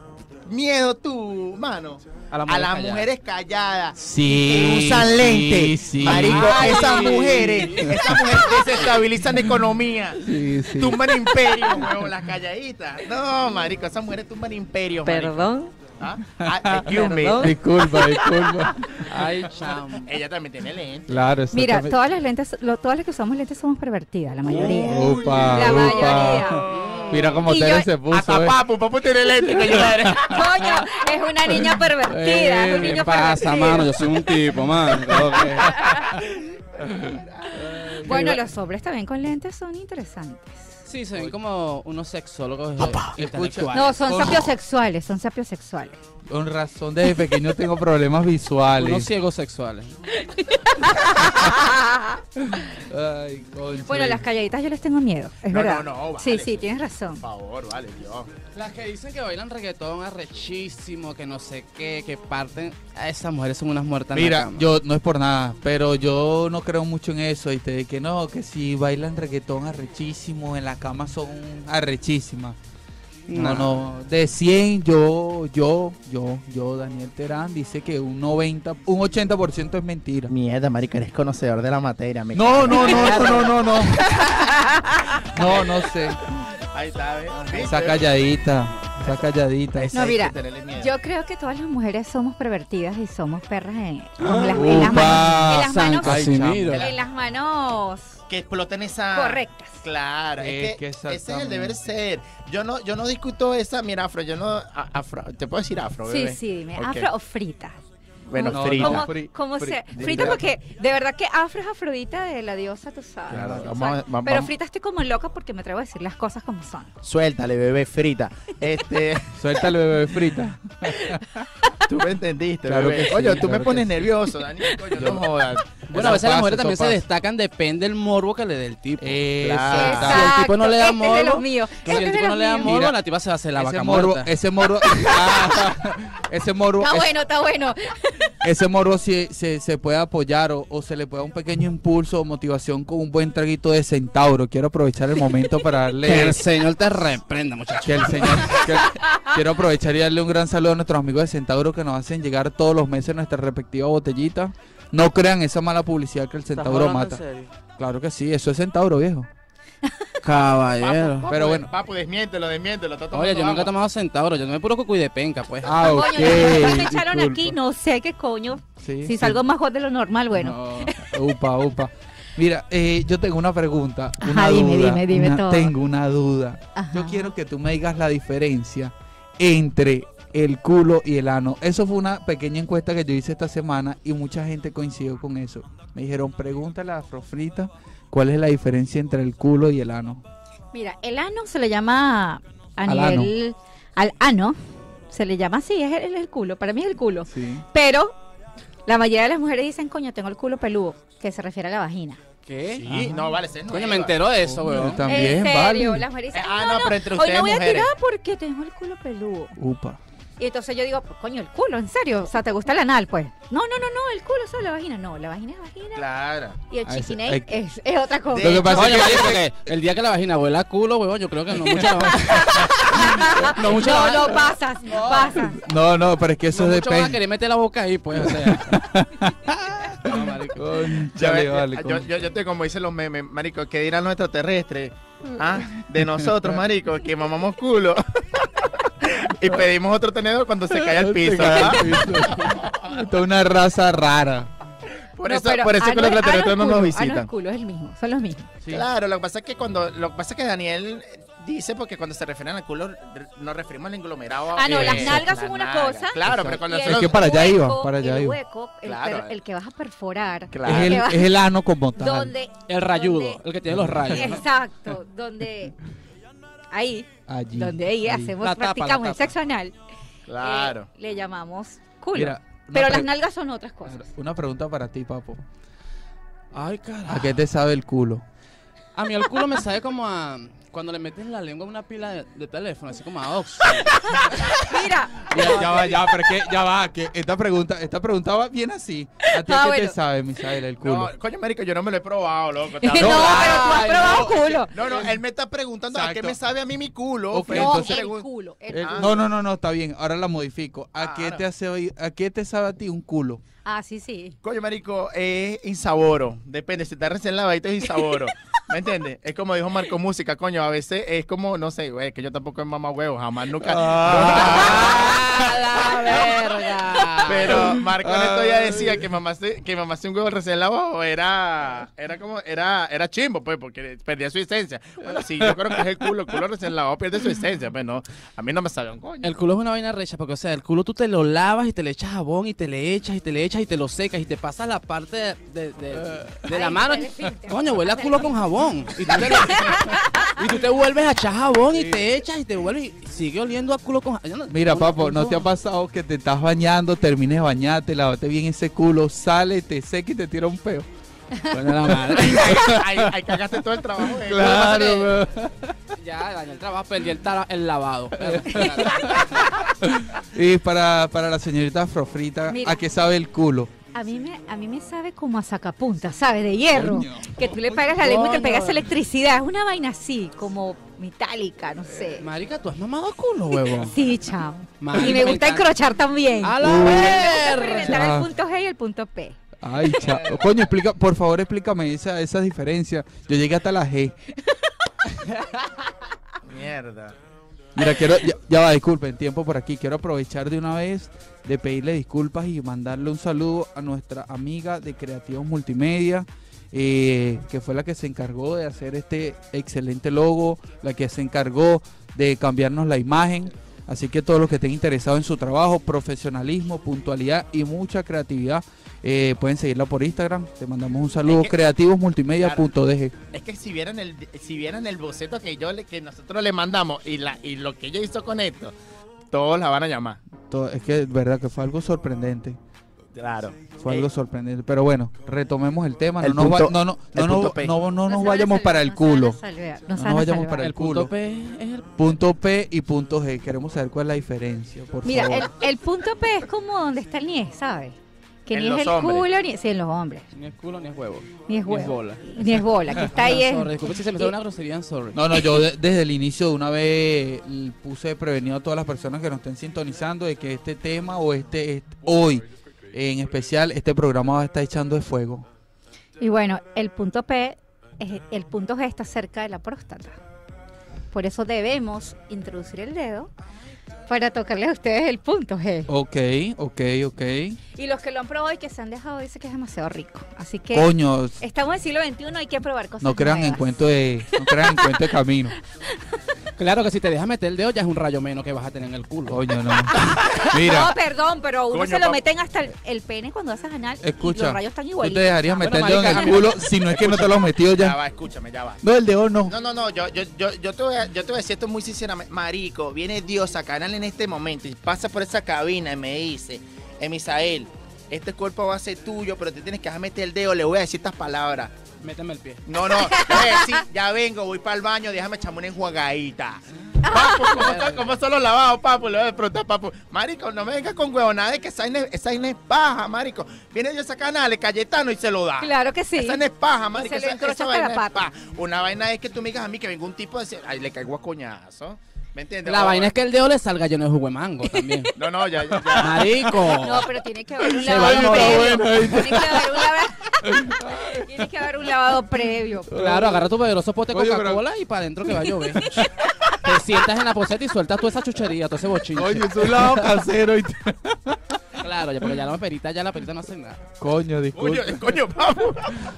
[SPEAKER 4] miedo tú, mano?
[SPEAKER 3] A,
[SPEAKER 4] A las mujeres calladas.
[SPEAKER 3] Sí.
[SPEAKER 4] Que usan
[SPEAKER 3] sí,
[SPEAKER 4] lentes.
[SPEAKER 3] sí.
[SPEAKER 4] Marico,
[SPEAKER 3] Ay,
[SPEAKER 4] esas
[SPEAKER 3] sí.
[SPEAKER 4] mujeres, esas mujeres desestabilizan economía.
[SPEAKER 3] Sí, sí.
[SPEAKER 4] Tumban imperio, huevón, las calladitas. No, marico, esas mujeres tumban imperio, marico.
[SPEAKER 7] Perdón.
[SPEAKER 4] ¿Ah? Ah, excuse me.
[SPEAKER 7] Perdón.
[SPEAKER 3] Disculpa, disculpa.
[SPEAKER 5] Ay, chamo.
[SPEAKER 4] Ella también tiene lente.
[SPEAKER 3] Claro,
[SPEAKER 6] Mira,
[SPEAKER 3] exactamente.
[SPEAKER 6] todas las lentes, lo- todas las que usamos lentes somos pervertidas, la mayoría.
[SPEAKER 3] Upa, upa.
[SPEAKER 6] La mayoría.
[SPEAKER 3] Mira cómo
[SPEAKER 6] Y
[SPEAKER 3] Tere
[SPEAKER 6] yo-
[SPEAKER 3] se puso.
[SPEAKER 4] Hasta
[SPEAKER 3] ¿eh?
[SPEAKER 4] papu, papu tiene lente. coño madre.
[SPEAKER 6] Coño, es una niña pervertida, es
[SPEAKER 3] Eh,
[SPEAKER 6] un niño
[SPEAKER 3] ¿qué
[SPEAKER 6] pervertido.
[SPEAKER 3] Yo soy un tipo, mano.
[SPEAKER 6] Bueno, los hombres también con lentes son interesantes.
[SPEAKER 5] Sí, se ven como unos sexólogos. eh,
[SPEAKER 3] Escucha.
[SPEAKER 6] No, son
[SPEAKER 3] Con-
[SPEAKER 6] sapiosexuales, son sapiosexuales.
[SPEAKER 3] Con razón, desde pequeño tengo problemas visuales.
[SPEAKER 5] Unos ciegos sexuales.
[SPEAKER 3] Ay, concha.
[SPEAKER 6] Bueno, las calladitas yo les tengo miedo, es
[SPEAKER 4] No,
[SPEAKER 6] verdad.
[SPEAKER 4] no, no, vale.
[SPEAKER 6] sí, sí, tienes razón.
[SPEAKER 4] Por favor, vale, Dios.
[SPEAKER 5] Las que dicen que bailan reggaetón arrechísimo, que no sé qué, que parten. A esas mujeres son unas muertas. en la
[SPEAKER 3] Mira,
[SPEAKER 5] cama.
[SPEAKER 3] yo no es por nada, pero yo no creo mucho en eso, y te que no, que si bailan reggaetón arrechísimo, en la cama son arrechísimas. No, no, de 100 yo, yo, yo, yo, Daniel Terán dice que un 90, un 80% es mentira.
[SPEAKER 4] Mierda, marico, eres conocedor de la materia. me
[SPEAKER 3] No, no, no, eso no, no, no. No, no sé.
[SPEAKER 4] cago. Ahí está, ¿ves?
[SPEAKER 3] Esa calladita, esa calladita.
[SPEAKER 6] No, mira,
[SPEAKER 4] tenerle miedo.
[SPEAKER 6] yo creo que todas las mujeres somos pervertidas y somos perras en, con las, en las
[SPEAKER 3] Ah, Upa,
[SPEAKER 6] manos, en las manos,
[SPEAKER 3] San Casimiro.
[SPEAKER 6] en las manos
[SPEAKER 4] Que exploten esa...
[SPEAKER 6] correctas.
[SPEAKER 4] Claro, es,
[SPEAKER 3] Es
[SPEAKER 4] que,
[SPEAKER 3] que
[SPEAKER 4] ese es el deber ser. Yo no, yo no discuto esa, mira, afro, yo no, a- afro, te puedo decir afro,
[SPEAKER 6] Sí,
[SPEAKER 4] bebé.
[SPEAKER 6] sí, dime,
[SPEAKER 4] Ok.
[SPEAKER 6] afro o fritas.
[SPEAKER 4] Bueno,
[SPEAKER 3] No,
[SPEAKER 4] frita.
[SPEAKER 6] Como,
[SPEAKER 3] Fri-
[SPEAKER 6] como
[SPEAKER 3] fri-
[SPEAKER 6] sea,
[SPEAKER 3] frita.
[SPEAKER 6] frita porque de verdad que afro es afrodita de la diosa, tú sabes.
[SPEAKER 4] Claro,
[SPEAKER 6] tú
[SPEAKER 4] vamos
[SPEAKER 6] sabes.
[SPEAKER 4] a- va-
[SPEAKER 6] Pero
[SPEAKER 4] vamos.
[SPEAKER 6] frita estoy como loca porque me atrevo a decir las cosas como son.
[SPEAKER 4] Suéltale, bebé, frita. Este,
[SPEAKER 3] Suelta el bebé frita.
[SPEAKER 4] tú me entendiste,
[SPEAKER 3] Claro
[SPEAKER 4] bebé.
[SPEAKER 3] que sí,
[SPEAKER 4] Oye, tú
[SPEAKER 3] claro
[SPEAKER 4] me
[SPEAKER 3] que
[SPEAKER 4] pones
[SPEAKER 3] sí.
[SPEAKER 4] nervioso, Daniel, coño, no jodas.
[SPEAKER 5] Bueno, a veces las
[SPEAKER 3] pasa,
[SPEAKER 5] mujeres
[SPEAKER 3] eso
[SPEAKER 5] también se
[SPEAKER 3] pasa. Eh,
[SPEAKER 5] destacan, depende del morbo que le dé el tipo.
[SPEAKER 3] Exacto.
[SPEAKER 5] Si el tipo no le da
[SPEAKER 6] Exacto, este es de los
[SPEAKER 5] morbo,
[SPEAKER 6] míos,
[SPEAKER 5] si
[SPEAKER 6] este
[SPEAKER 5] el
[SPEAKER 6] es de
[SPEAKER 5] tipo no
[SPEAKER 6] los
[SPEAKER 5] le da
[SPEAKER 6] míos.
[SPEAKER 5] morbo,
[SPEAKER 3] Mira,
[SPEAKER 5] la tipa se va a hacer la
[SPEAKER 3] ese
[SPEAKER 5] vaca
[SPEAKER 3] morbo,
[SPEAKER 5] muerta.
[SPEAKER 3] ese morbo, Ah, ese morbo,
[SPEAKER 6] Está
[SPEAKER 3] es-
[SPEAKER 6] bueno, está bueno.
[SPEAKER 3] ese morbo sí- se, se puede apoyar o, o se le puede dar un pequeño impulso o motivación con un buen traguito de centauro. Quiero aprovechar el momento para
[SPEAKER 5] Que
[SPEAKER 3] darle
[SPEAKER 5] el señor te reprenda, muchacho.
[SPEAKER 3] que el señor que- quiero aprovechar y darle un gran saludo a nuestros amigos de Centauro que nos hacen llegar todos los meses nuestra respectiva botellita. No crean esa mala publicidad que el Centauro mata. Claro que sí, eso es Centauro, viejo.
[SPEAKER 5] Caballero.
[SPEAKER 4] Papu,
[SPEAKER 3] Pero bueno.
[SPEAKER 4] Papu, desmiéntelo, desmiéntelo. está tomando
[SPEAKER 5] Oye, yo nunca he
[SPEAKER 4] agua.
[SPEAKER 5] tomado centauro, yo no me puro cucuy de penca, pues.
[SPEAKER 3] Ah, ok.
[SPEAKER 6] Coño, ya me echaron
[SPEAKER 3] disculpa.
[SPEAKER 6] aquí, no sé qué coño.
[SPEAKER 3] Sí,
[SPEAKER 6] Si
[SPEAKER 3] sí.
[SPEAKER 6] salgo más hot de lo normal, bueno.
[SPEAKER 3] No, Upa, upa. Mira, eh, yo tengo una pregunta. Una
[SPEAKER 6] Ajá, dime,
[SPEAKER 3] duda,
[SPEAKER 6] dime, dime
[SPEAKER 3] una-
[SPEAKER 6] todo.
[SPEAKER 3] Tengo una duda.
[SPEAKER 6] Ajá.
[SPEAKER 3] Yo quiero que tú me digas la diferencia entre el culo y el ano. Eso fue una pequeña encuesta que yo hice esta semana y mucha gente coincidió con eso. Me dijeron, pregúntale a Afrofrita cuál es la diferencia entre el culo y el ano.
[SPEAKER 6] Mira, el ano se le llama a
[SPEAKER 3] Al
[SPEAKER 6] nivel. Al ano. Se le llama así, es el, el culo. Para mí es el culo.
[SPEAKER 3] Sí.
[SPEAKER 6] Pero la mayoría de las mujeres dicen, coño, tengo el culo peludo, que se refiere a la vagina.
[SPEAKER 5] ¿Qué?
[SPEAKER 4] Sí, no, vale, ese no es,
[SPEAKER 5] Coño, me
[SPEAKER 4] vale.
[SPEAKER 5] entero de eso, weón.
[SPEAKER 3] También,
[SPEAKER 6] en serio,
[SPEAKER 3] vale.
[SPEAKER 6] las mujeres dicen,
[SPEAKER 4] Ah,
[SPEAKER 6] no,
[SPEAKER 4] no,
[SPEAKER 6] no,
[SPEAKER 4] pero entre
[SPEAKER 6] hoy
[SPEAKER 4] ustedes,
[SPEAKER 6] no voy a
[SPEAKER 4] mujeres.
[SPEAKER 6] tirar porque tengo el culo peludo.
[SPEAKER 3] Upa.
[SPEAKER 6] Y entonces yo digo, pues, coño, el culo, en serio. O sea, ¿te gusta el anal, pues? No, no, no, no, el culo solo la vagina. No, la vagina es vagina.
[SPEAKER 4] Claro.
[SPEAKER 6] Y el
[SPEAKER 3] Ah, ese-
[SPEAKER 6] chiquinate
[SPEAKER 3] hay-
[SPEAKER 6] es, es otra cosa.
[SPEAKER 3] Lo que pasa
[SPEAKER 5] Oye,
[SPEAKER 3] es que-
[SPEAKER 5] marico, que el día que la vagina huela a culo, weón, yo creo que no mucha No, mucha
[SPEAKER 6] no,
[SPEAKER 5] vaina.
[SPEAKER 6] no, pasas, pasas.
[SPEAKER 3] No, no, pero es que eso
[SPEAKER 5] no mucho van a
[SPEAKER 3] depende.
[SPEAKER 5] querer meter la boca ahí, pues, o sea. No, marico.
[SPEAKER 4] Yo,
[SPEAKER 3] Cónchale, vale,
[SPEAKER 4] yo, yo, yo estoy como dicen los memes, marico, que dirán los extraterrestres? Ah, de nosotros, marico, que mamamos culo. y pedimos otro tenedor cuando se cae al piso. ¿verdad?
[SPEAKER 3] Toda una raza rara.
[SPEAKER 4] Por
[SPEAKER 6] No,
[SPEAKER 4] eso,
[SPEAKER 6] pero
[SPEAKER 4] por eso
[SPEAKER 6] ano
[SPEAKER 4] que los
[SPEAKER 6] es- ano es
[SPEAKER 4] extraterrestres no
[SPEAKER 6] culo,
[SPEAKER 4] nos
[SPEAKER 6] ano
[SPEAKER 4] visitan.
[SPEAKER 6] es culo, es el mismo, son los mismos.
[SPEAKER 4] Claro, lo que pasa es que cuando, lo que pasa es que Daniel dice porque cuando se refieren al culo r- nos referimos al englomerado.
[SPEAKER 6] Ah, no,
[SPEAKER 4] eh,
[SPEAKER 6] las nalgas son
[SPEAKER 4] la
[SPEAKER 6] una
[SPEAKER 4] nalga.
[SPEAKER 6] cosa.
[SPEAKER 4] Claro, pero cuando
[SPEAKER 6] Y
[SPEAKER 4] se
[SPEAKER 6] el
[SPEAKER 3] Es que para allá iba, para allá
[SPEAKER 6] el
[SPEAKER 3] iba.
[SPEAKER 6] hueco, el,
[SPEAKER 4] Claro.
[SPEAKER 6] per- el que vas a perforar.
[SPEAKER 4] Claro.
[SPEAKER 3] Es, el,
[SPEAKER 6] que vas-
[SPEAKER 3] es el ano como tal.
[SPEAKER 6] donde,
[SPEAKER 5] El rayudo,
[SPEAKER 6] donde-
[SPEAKER 5] el que tiene los rayos. ¿no?
[SPEAKER 6] exacto, donde ahí,
[SPEAKER 3] Allí,
[SPEAKER 6] donde ahí, hacemos,
[SPEAKER 5] La tapa, la
[SPEAKER 6] practicamos el
[SPEAKER 5] tapa.
[SPEAKER 6] sexo anal.
[SPEAKER 4] Claro.
[SPEAKER 6] eh, le llamamos culo.
[SPEAKER 3] Mira, una
[SPEAKER 6] pero las
[SPEAKER 3] pre-
[SPEAKER 6] nalgas son otras cosas.
[SPEAKER 3] Una pregunta para ti, papo.
[SPEAKER 5] Ay, carajo.
[SPEAKER 3] ¿A qué te sabe el culo?
[SPEAKER 5] A mí el culo me sabe como a cuando le metes la lengua a una pila de, de teléfono, así como a Ox.
[SPEAKER 6] Mira,
[SPEAKER 3] Ya, ya va, ya, pero es que, ya va, que esta pregunta, esta pregunta va bien así. ¿A ti
[SPEAKER 6] Ah,
[SPEAKER 3] a qué
[SPEAKER 6] bueno.
[SPEAKER 3] te sabe, Misael, el culo?
[SPEAKER 4] No, coño, marico, yo no me lo he probado, loco. Ah.
[SPEAKER 6] no, pero tú has probado culo.
[SPEAKER 4] No, no, él me está preguntando a qué
[SPEAKER 3] Exacto.
[SPEAKER 4] me sabe a mí mi culo.
[SPEAKER 3] Ok,
[SPEAKER 4] Fue-
[SPEAKER 6] No,
[SPEAKER 3] entonces-
[SPEAKER 6] el
[SPEAKER 4] pregun-
[SPEAKER 6] culo. el
[SPEAKER 3] Eh,
[SPEAKER 6] culo.
[SPEAKER 3] no, no, no, no, está bien. Ahora la modifico. ¿A qué
[SPEAKER 4] Claro.
[SPEAKER 3] te hace, a qué te sabe a ti un culo?
[SPEAKER 6] Ah, sí, sí.
[SPEAKER 4] Coño, marico, es insaboro. Depende, si está recién lavadito es insaboro. ¿Me entiendes? Es como dijo Marco Música, coño, a veces es como, no sé, güey, que yo tampoco es mamá huevo, jamás, nunca.
[SPEAKER 5] ¡A Ah, la verga!
[SPEAKER 4] Pero Marco Neto ya
[SPEAKER 3] Ay.
[SPEAKER 4] decía que mamá que mamarse un huevo recién lavado era era como era era chimbo pues porque perdía su esencia. Bueno, sí, yo creo que es el culo, el culo recién lavado pierde su esencia, pues no, a mí no me sabe un coño.
[SPEAKER 5] El culo es una vaina recha, porque, o sea, el culo tú te lo lavas y te le echas jabón y te le echas y te le echas y te lo secas y te pasas la parte de, de- de- de la
[SPEAKER 6] Ay,
[SPEAKER 5] mano.
[SPEAKER 6] huele filtro.
[SPEAKER 5] Coño, huele a culo con jabón. Y tú te, lo- y tú te vuelves a echar jabón y te echas y te vuelves y sigue oliendo a culo con jabón.
[SPEAKER 3] Mira, papo, ¿no te ha pasado que te estás bañando, termines de bañarte, lávate bien ese culo, sale, te seca y te tira un peo?
[SPEAKER 4] Ahí, ahí- ahí cagaste todo el trabajo. eh.
[SPEAKER 3] Claro, bro.
[SPEAKER 5] Ya, dañé el trabajo, perdí el, tara- el lavado.
[SPEAKER 3] Y para, para la señorita Afrofrita,
[SPEAKER 6] Mira.
[SPEAKER 3] ¿a qué sabe el culo?
[SPEAKER 6] A mí, me, a mí me sabe como a sacapunta, ¿sabes? De hierro. Que tú le pegas la lengua y te
[SPEAKER 5] Coño.
[SPEAKER 6] pegas electricidad. Es una vaina así, como metálica, no sé.
[SPEAKER 5] Marica, tú has mamado culo, huevo.
[SPEAKER 6] Sí, chao.
[SPEAKER 5] Marico,
[SPEAKER 6] Y me
[SPEAKER 5] Ah, me
[SPEAKER 6] gusta
[SPEAKER 5] encanta.
[SPEAKER 6] encrochar también.
[SPEAKER 5] ¡A la verga!
[SPEAKER 6] Reventar
[SPEAKER 3] Chao.
[SPEAKER 6] el punto G y el punto P.
[SPEAKER 3] Ay, chao. Coño, explica, por favor, explícame esa, esa diferencia. Yo llegué hasta la G.
[SPEAKER 4] Mierda.
[SPEAKER 3] Mira, quiero, ya, ya va, disculpen, tiempo por aquí. Quiero aprovechar de una vez de pedirle disculpas y mandarle un saludo a nuestra amiga de Creativos Multimedia, eh, que fue la que se encargó de hacer este excelente logo, la que se encargó de cambiarnos la imagen. Así que todos los que estén interesados en su trabajo, profesionalismo, puntualidad y mucha creatividad, eh, pueden seguirla por Instagram. Te mandamos un saludo,
[SPEAKER 4] Es que-
[SPEAKER 3] creativosmultimedia.dg.
[SPEAKER 4] Es que si vieran el si vieran el boceto que yo le, que nosotros le mandamos y la y lo que ella hizo con esto, todos la van a llamar.
[SPEAKER 3] To- Es que es verdad que fue algo sorprendente.
[SPEAKER 7] Claro.
[SPEAKER 3] Fue algo sorprendente. Pero bueno, retomemos el tema. No,
[SPEAKER 7] El
[SPEAKER 3] nos, va-
[SPEAKER 7] punto-
[SPEAKER 3] no, no,
[SPEAKER 7] el
[SPEAKER 3] no, nos-
[SPEAKER 7] punto P.
[SPEAKER 3] no- no nos
[SPEAKER 6] van a
[SPEAKER 3] vayamos
[SPEAKER 6] salvar,
[SPEAKER 3] para el
[SPEAKER 6] nos van a
[SPEAKER 3] culo.
[SPEAKER 6] salvar,
[SPEAKER 3] No
[SPEAKER 6] nos
[SPEAKER 3] nos
[SPEAKER 6] van a
[SPEAKER 3] vayamos
[SPEAKER 6] salvar.
[SPEAKER 3] para el
[SPEAKER 5] punto
[SPEAKER 3] culo.
[SPEAKER 5] P es el
[SPEAKER 3] Punto P y punto G. Queremos saber cuál es la diferencia, por
[SPEAKER 6] Mira,
[SPEAKER 3] favor.
[SPEAKER 6] el, el punto P es como donde está el niés, ¿sabes? Que
[SPEAKER 4] En
[SPEAKER 6] ni es
[SPEAKER 4] los
[SPEAKER 6] el
[SPEAKER 4] hombres.
[SPEAKER 6] culo, ni, sí, en los hombres,
[SPEAKER 5] ni es culo ni es huevo.
[SPEAKER 6] ni es
[SPEAKER 5] Ni es
[SPEAKER 6] huevo,
[SPEAKER 5] bola.
[SPEAKER 6] ni es bola, que está ahí
[SPEAKER 5] No,
[SPEAKER 6] es...
[SPEAKER 5] sorry, disculpe si se me sale una grosería, I'm sorry.
[SPEAKER 3] No, no, yo de- desde el inicio de una vez l- puse prevenido a todas las personas que nos estén sintonizando de que este tema o este, est- hoy en especial este programa va a estar echando de fuego.
[SPEAKER 6] Y bueno, el punto P, es, el punto G está cerca de la próstata. Por eso debemos introducir el dedo para tocarle a ustedes el punto G.
[SPEAKER 3] Ok, ok, ok.
[SPEAKER 6] Y los que lo han probado y que se han dejado dicen que es demasiado rico. Así que
[SPEAKER 3] Coño,
[SPEAKER 6] estamos en el siglo XXI, hay que probar cosas
[SPEAKER 3] no crean en
[SPEAKER 6] nuevas.
[SPEAKER 3] cuento de, no crean en cuento de camino.
[SPEAKER 5] Claro que si te dejas meter el dedo ya es un rayo menos que vas a tener en el culo.
[SPEAKER 3] Coño, no. Mira,
[SPEAKER 6] No, perdón, pero uno
[SPEAKER 4] Coño,
[SPEAKER 6] se lo
[SPEAKER 4] pa-
[SPEAKER 6] meten hasta el, el pene cuando haces anal. y
[SPEAKER 3] escucha.
[SPEAKER 6] los rayos están
[SPEAKER 3] Tú te
[SPEAKER 6] igualitos. Ah,
[SPEAKER 3] dejarías meter el dedo en el
[SPEAKER 5] marica,
[SPEAKER 3] culo si no es que no te lo has metido
[SPEAKER 4] Ya
[SPEAKER 3] ya.
[SPEAKER 4] va, escúchame, ya va.
[SPEAKER 3] No, el dedo no.
[SPEAKER 4] No, no, no, yo, yo, yo, yo, te voy a, yo te voy a decir esto muy sinceramente. Marico, viene Dios a canal en este momento y pasa por esa cabina y me dice, Emisael, este cuerpo va a ser tuyo, pero te tienes que dejar meter el dedo, le voy a decir estas palabras.
[SPEAKER 5] Méteme el pie.
[SPEAKER 4] No, no, le voy a decir, ya vengo, voy para el baño, déjame echarme una enjuagadita. Papu, ¿cómo, son- cómo son los lavados, papu? Le voy a preguntar, papu. Marico, no me vengas con huevonadas de que esa vaina es- esa vaina es paja, marico. Viene Dios a canal, le Cayetano y se lo da.
[SPEAKER 6] Claro que sí.
[SPEAKER 4] Esa no es paja, marica.
[SPEAKER 6] se
[SPEAKER 4] Esa,
[SPEAKER 6] le
[SPEAKER 4] esa
[SPEAKER 6] encrocha hasta
[SPEAKER 4] vaina
[SPEAKER 6] la
[SPEAKER 4] es
[SPEAKER 6] pata.
[SPEAKER 4] paja. Una vaina es que tú me digas a mí que venga un tipo a decir, ay, le caigo a coñazo. ¿Me entiendes?
[SPEAKER 5] La
[SPEAKER 4] O-
[SPEAKER 5] vaina es que el dedo le salga lleno de jugo de mango también.
[SPEAKER 4] No, no, ya, ya. ya.
[SPEAKER 5] Marico.
[SPEAKER 6] No, pero tiene que haber un
[SPEAKER 5] Se va
[SPEAKER 6] lavado
[SPEAKER 5] a
[SPEAKER 6] previo.
[SPEAKER 5] ir
[SPEAKER 6] Tiene que haber un lavado. Tiene que haber un lavado previo.
[SPEAKER 5] Claro, agarra tu poderoso pote de
[SPEAKER 7] Oye, pero-
[SPEAKER 5] Coca-Cola y para adentro que va a llover. Te sientas en la poseta y sueltas toda esa chuchería, todo ese bochinche.
[SPEAKER 7] Oye, es un lado casero y
[SPEAKER 5] Claro, ya porque ya la perita, ya la perita no hace nada.
[SPEAKER 3] Coño,
[SPEAKER 4] Coño,
[SPEAKER 3] disculpe.
[SPEAKER 4] coño, papu.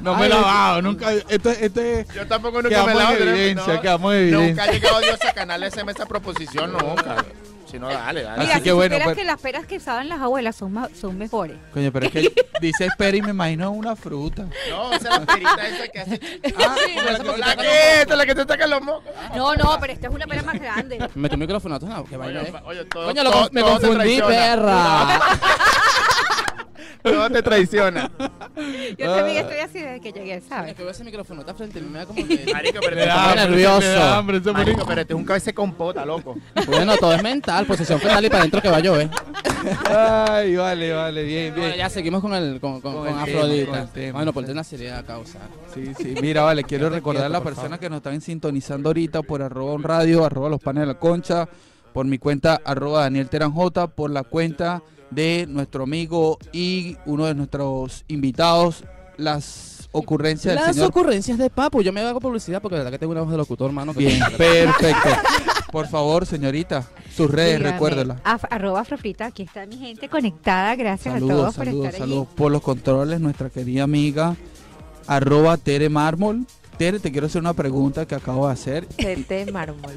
[SPEAKER 7] no me he
[SPEAKER 5] Ay,
[SPEAKER 7] lavado, nunca. Esto, esto es.
[SPEAKER 4] Yo tampoco nunca
[SPEAKER 7] Quedamos
[SPEAKER 4] me la
[SPEAKER 7] en evidencia, quedamos en
[SPEAKER 4] Nunca ha
[SPEAKER 7] evidencia.
[SPEAKER 4] llegado Dios a canal a hacerme esa proposición, nunca. Si no, dale, dale.
[SPEAKER 6] Mira,
[SPEAKER 3] Así
[SPEAKER 6] si
[SPEAKER 3] que bueno,
[SPEAKER 6] supieras
[SPEAKER 3] pues-
[SPEAKER 6] que las peras que usaban las abuelas son, ma- son mejores.
[SPEAKER 3] Coño, pero es que dice espera y me imagino una fruta.
[SPEAKER 4] No, esa es la perita esa que hace.
[SPEAKER 5] Ah, sí, esa poquita
[SPEAKER 4] La
[SPEAKER 5] que-
[SPEAKER 4] que esta, la que te saca los mocos.
[SPEAKER 8] Ah,
[SPEAKER 6] No, no, pero esta es una pera más grande.
[SPEAKER 5] Me metí un micrófono, no, que vaina.
[SPEAKER 4] Oye,
[SPEAKER 5] eh.
[SPEAKER 4] oye, todo,
[SPEAKER 5] Coño, lo
[SPEAKER 4] todo-
[SPEAKER 5] con- me
[SPEAKER 4] todo te
[SPEAKER 5] confundí,
[SPEAKER 4] traiciona.
[SPEAKER 5] perra.
[SPEAKER 4] Todo te traiciona.
[SPEAKER 6] Yo
[SPEAKER 3] Ah.
[SPEAKER 6] también estoy así desde que llegué,
[SPEAKER 5] Es
[SPEAKER 6] ¿sabes?
[SPEAKER 5] que veo ese micrófono está frente a mí, me da como que...
[SPEAKER 4] Marico, pero
[SPEAKER 7] Me
[SPEAKER 4] te-
[SPEAKER 7] da hambre,
[SPEAKER 5] nervioso.
[SPEAKER 7] me da hambre, ese
[SPEAKER 4] Marico,
[SPEAKER 7] marico.
[SPEAKER 4] pero este es un cabeza de compota, loco.
[SPEAKER 5] Bueno, todo es mental, posición fetal y para adentro que va a llover.
[SPEAKER 3] Ay, vale, vale, bien,
[SPEAKER 5] Bueno,
[SPEAKER 3] bien.
[SPEAKER 5] ya seguimos con el con, con,
[SPEAKER 3] Con
[SPEAKER 5] con
[SPEAKER 3] el tema, con
[SPEAKER 5] Afrodita.
[SPEAKER 3] el tema.
[SPEAKER 5] Bueno, por una seriedad causa.
[SPEAKER 3] Sí, sí, mira, vale, quiero
[SPEAKER 5] Quédate
[SPEAKER 3] recordar a
[SPEAKER 5] quieto,
[SPEAKER 3] las
[SPEAKER 5] por
[SPEAKER 3] personas que nos están sintonizando ahorita por arroba un radio, arroba los panes de la concha, por mi cuenta arroba Daniel Teranjota, por la cuenta de nuestro amigo y uno de nuestros invitados, las ocurrencias del
[SPEAKER 5] Las
[SPEAKER 3] señor.
[SPEAKER 5] ocurrencias de Papu, yo me hago publicidad porque la verdad que tengo una voz de locutor, hermano. que-
[SPEAKER 3] Bien, perfecto. Por favor, señorita, sus redes,
[SPEAKER 6] Dígame,
[SPEAKER 3] recuérdela.
[SPEAKER 6] af- arroba Afrofrita, aquí está mi gente conectada. Gracias a
[SPEAKER 3] Saludos,
[SPEAKER 6] todos por
[SPEAKER 3] saludos,
[SPEAKER 6] estar
[SPEAKER 3] saludos. Por los controles, nuestra querida amiga, arroba Tere Mármol. Tere, te quiero hacer una pregunta que acabo de hacer.
[SPEAKER 8] Tete mármol.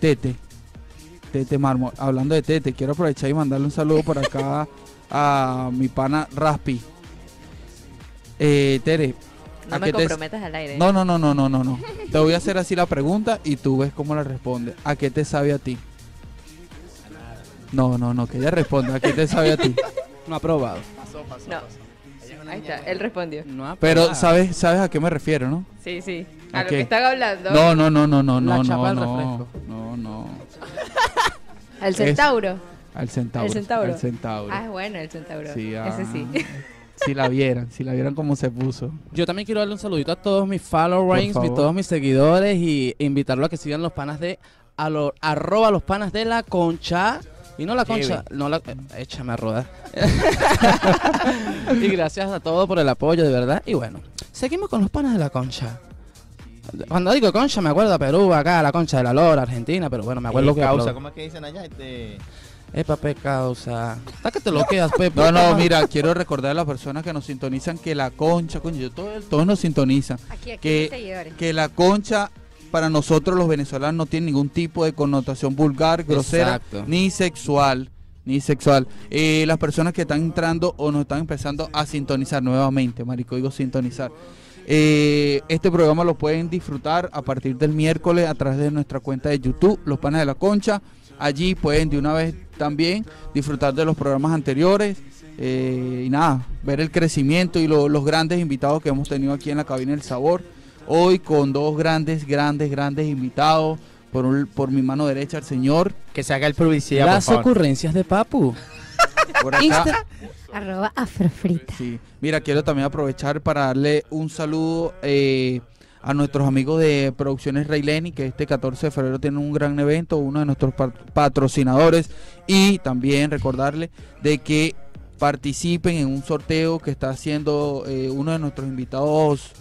[SPEAKER 3] Tete. Tete Mármol. Hablando de Tete, quiero aprovechar y mandarle un saludo por acá a mi pana Raspi. Eh, Tere. ¿a
[SPEAKER 8] No me
[SPEAKER 3] qué te-
[SPEAKER 8] comprometas al aire.
[SPEAKER 3] No, no, no, no, no, no, no. Te voy a hacer así la pregunta y tú ves cómo la responde. ¿A qué te sabe a ti? No, no, no, que ella responda. ¿A qué te sabe a ti?
[SPEAKER 5] No ha probado.
[SPEAKER 8] No. Ahí está, él respondió.
[SPEAKER 5] No ha
[SPEAKER 3] Pero
[SPEAKER 5] probado.
[SPEAKER 3] sabes, sabes a qué me refiero, ¿no?
[SPEAKER 8] Sí, sí. A
[SPEAKER 3] Ok.
[SPEAKER 8] lo que están hablando.
[SPEAKER 3] No, no, no, no, no,
[SPEAKER 5] La
[SPEAKER 3] no,
[SPEAKER 5] chapa
[SPEAKER 3] no,
[SPEAKER 5] del
[SPEAKER 3] no,
[SPEAKER 5] refresco.
[SPEAKER 3] no, no.
[SPEAKER 8] Al centauro.
[SPEAKER 3] Al centauro.
[SPEAKER 8] El centauro.
[SPEAKER 3] Al centauro.
[SPEAKER 8] Ah, es bueno el centauro.
[SPEAKER 3] Sí, ah.
[SPEAKER 8] Ese sí.
[SPEAKER 3] Si la vieran, si la vieran cómo se puso.
[SPEAKER 5] Yo también quiero darle un saludito a todos mis followers,
[SPEAKER 3] Por
[SPEAKER 5] a
[SPEAKER 3] favor.
[SPEAKER 5] todos mis seguidores y invitarlos a que sigan los panas de a lo- arroba los panas de la concha. Y no la concha, no la eh, échame a rodar. y gracias a todos por el apoyo, de verdad. Y bueno, seguimos con los panas de la concha. Cuando digo concha me acuerdo a Perú, acá, la concha de la lora, Argentina, pero Ah, bueno, me acuerdo
[SPEAKER 4] Abuelo
[SPEAKER 5] que
[SPEAKER 4] causa,
[SPEAKER 5] aplaudo.
[SPEAKER 4] ¿cómo es que dicen allá? Este...
[SPEAKER 5] Epa, pe causa. Está que te lo quedas, Pepe.
[SPEAKER 3] No, no, mira, quiero recordar a las personas que nos sintonizan que la concha, coño, yo todo, todos nos sintonizan.
[SPEAKER 6] aquí. Aquí, aquí,
[SPEAKER 3] Que-
[SPEAKER 6] mis seguidores.
[SPEAKER 3] Que la concha para nosotros los venezolanos no tiene ningún tipo de connotación vulgar, grosera,
[SPEAKER 5] Exacto.
[SPEAKER 3] ni sexual. Ni sexual. Eh, las personas que están entrando o nos están empezando a sintonizar nuevamente, marico, digo sintonizar. Eh, este programa lo pueden disfrutar a partir del miércoles a través de nuestra cuenta de YouTube, Los Panas de la Concha. Allí pueden de una vez también disfrutar de los programas anteriores. Eh, y nada, ver el crecimiento y lo- los grandes invitados que hemos tenido aquí en la cabina del sabor. Hoy con dos grandes, grandes, grandes invitados. Por, un- por mi mano derecha el señor.
[SPEAKER 4] Que se haga el publicidad, por
[SPEAKER 5] Las
[SPEAKER 4] favor.
[SPEAKER 5] ocurrencias de Papu.
[SPEAKER 3] Por acá.
[SPEAKER 6] Arroba afrofrita.
[SPEAKER 3] Sí. Mira, quiero también aprovechar para darle un saludo eh, a nuestros amigos de Producciones Rey Lenny, que este 14 de febrero tienen un gran evento, uno de nuestros pat- patrocinadores. Y también recordarle de que participen en un sorteo que está haciendo eh, uno de nuestros invitados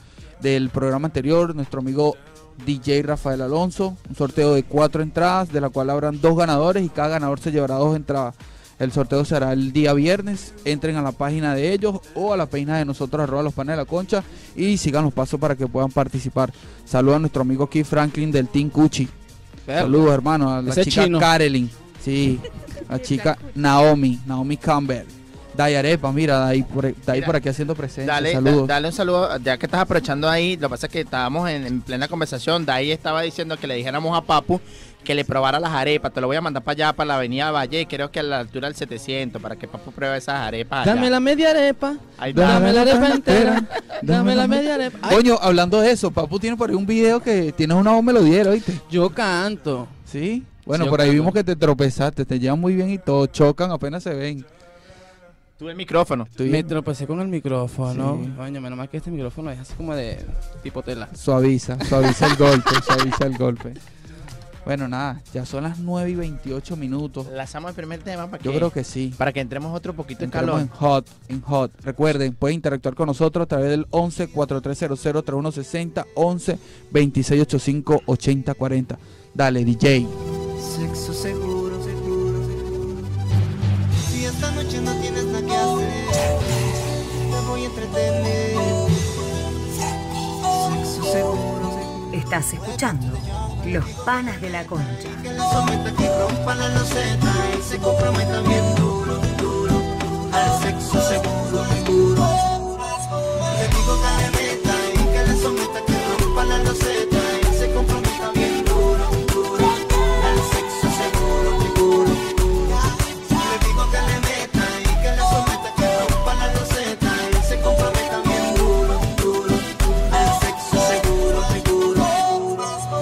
[SPEAKER 3] del programa anterior, nuestro amigo DJ Rafael Alonso. Un sorteo de cuatro entradas, de la cual habrán dos ganadores y cada ganador se llevará dos entradas. El sorteo será el día viernes. Entren a la página de ellos o a la página de nosotros, arroba los panes de la concha, y sigan los pasos para que puedan participar. Saludos a nuestro amigo aquí, Franklin del Team Cuchi. Saludos, hermano, a la
[SPEAKER 5] Eh. Ese
[SPEAKER 3] chica
[SPEAKER 5] chino.
[SPEAKER 3] Karelin. Sí, la chica Naomi, Naomi Campbell. Dayarepa, mira, de ahí por, de ahí
[SPEAKER 4] Mira,
[SPEAKER 3] por aquí haciendo presencia.
[SPEAKER 4] Dale,
[SPEAKER 3] Saludos.
[SPEAKER 4] da- dale un saludo, ya que estás aprovechando ahí, lo que pasa es que estábamos en, en plena conversación, de ahí estaba diciendo que le dijéramos a Papu que le probara las arepas, te lo voy a mandar para allá, para la avenida Valle, creo que a la altura del 700, para que Papu pruebe esas arepas. allá.
[SPEAKER 5] Dame la media arepa.
[SPEAKER 4] Ah, Ahí está.
[SPEAKER 5] Dame la arepa entera. Dame la media arepa. Ay,
[SPEAKER 3] Coño, hablando de eso, Papu tiene por ahí un video que tienes una voz melodiera, ¿viste?
[SPEAKER 5] yo canto.
[SPEAKER 3] Sí. Bueno,
[SPEAKER 5] Sí,
[SPEAKER 3] por
[SPEAKER 5] yo
[SPEAKER 3] ahí
[SPEAKER 5] creo.
[SPEAKER 3] vimos que te tropezaste, te llevan muy bien y todo, chocan apenas se ven.
[SPEAKER 4] Tú el micrófono.
[SPEAKER 3] Estoy
[SPEAKER 5] Me tropecé con el micrófono.
[SPEAKER 3] Sí.
[SPEAKER 5] Coño, menos mal que este micrófono es así como de tipo tela.
[SPEAKER 3] Suaviza, suaviza el golpe, suaviza el golpe. Bueno, nada, ya son las 9 y 28 minutos.
[SPEAKER 4] Lanzamos el primer tema para que,
[SPEAKER 3] Yo creo que sí.
[SPEAKER 4] para que entremos otro poquito en
[SPEAKER 3] Entremos
[SPEAKER 4] Este calor.
[SPEAKER 3] en hot, en hot. Recuerden, pueden interactuar con nosotros a través del 11 4300 3160 11 2685 8040. Dale, DJ.
[SPEAKER 9] Sexo seguro, seguro, seguro. Si esta noche no tienes nada que hacer, te voy a entretener. Sexo seguro, seguro.
[SPEAKER 1] Estás escuchando Los Panas de la Concha.
[SPEAKER 9] Que la someta que rompa la loseta y se comprometa bien duro, duro. Al sexo seguro, seguro. Le digo que le meta y que la someta que rompa la loseta y se comprometa bien duro, duro. Al sexo seguro, seguro. Le digo que le meta y que le someta que rompa la loseta y se comprometa bien duro, duro. Al sexo seguro, seguro.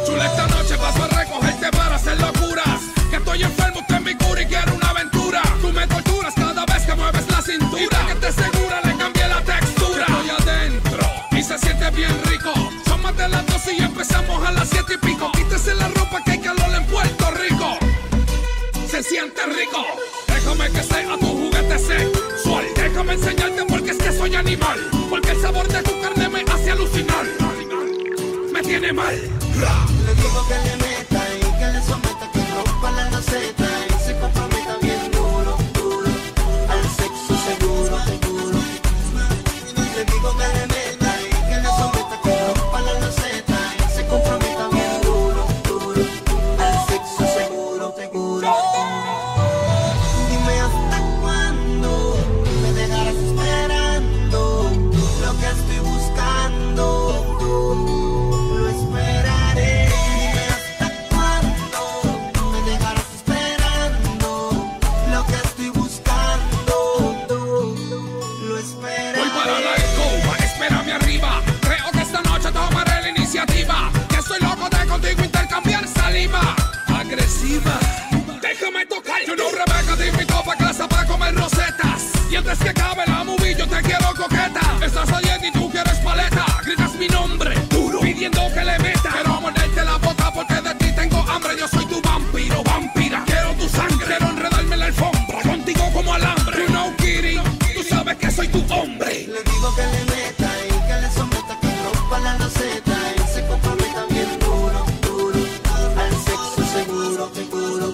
[SPEAKER 10] Chula, esta noche paso a recogerte para hacer locuras. Que estoy enfermo, usted es mi cura y quiero una aventura. Tú me torturas cada vez que mueves la cintura. Y pa' que te segura le cambié la textura. Estoy adentro y se siente bien rico. Son más de las 12 y empezamos a las 7 y pico. Quítese la ropa que hay calor en Puerto Rico. Se siente rico. Déjame que sea tu juguete sexual. Déjame enseñarte porque es que soy animal. Porque el sabor de tu carne me hace alucinar. Me tiene mal. Ra.
[SPEAKER 9] Le digo que le meta y que le someta, que rompa la loseta y se comprometa bien duro, duro, al sexo seguro, seguro. Le digo que le meta y que le someta, que rompa la loseta y se comprometa bien duro, duro, al sexo seguro, seguro. Dime hasta cuándo me dejarás esperando lo que estoy buscando. Lo esperaré. Dime hasta cuándo me dejarás esperando lo que estoy buscando. Lo
[SPEAKER 10] Voy para
[SPEAKER 9] esperaré.
[SPEAKER 10] la escoba, espérame arriba. Creo que esta noche tomaré la iniciativa. Que estoy loco de contigo intercambiar saliva. Agresiva, déjame tocar. Yo no Rebeca te invito pa' casa para comer rosetas. Y antes que acabe la movie, yo te quiero coqueta. Estás oyendo y tú quieres paleta. Gritas mi nombre, duro, pidiendo que le meta. Quiero morderte la bota porque de ti tengo hambre. Yo soy tu vampiro, vampira. Quiero tu sangre, quiero enredarme en la alfombra. Contigo como alambre. You know, Kitty, tú sabes que soy tu hombre.
[SPEAKER 9] Le digo que le meta y que le someta, que rompa la loseta y se comprometa bien duro, duro, al sexo seguro, seguro.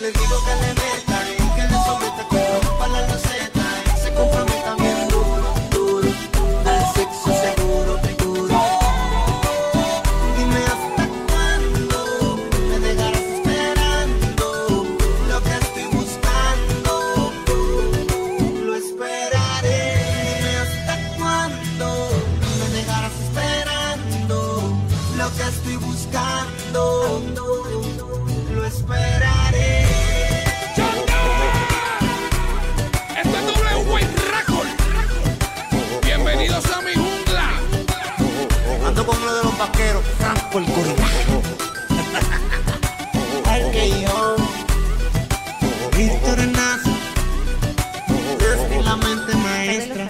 [SPEAKER 9] Le digo que le meta y que le someta, que rompa la loseta y se comprometa bien duro, duro, al sexo seguro, seguro. Dime hasta cuándo me dejarás esperando lo que estoy buscando. Lo esperaré Dime hasta cuándo me dejarás esperando lo que estoy buscando. Lo esperaré.
[SPEAKER 10] Chonga. Esto es
[SPEAKER 9] vaquero, Franco el gorila. Ay, que yo, Víctor Ignacio, desde la mente maestra.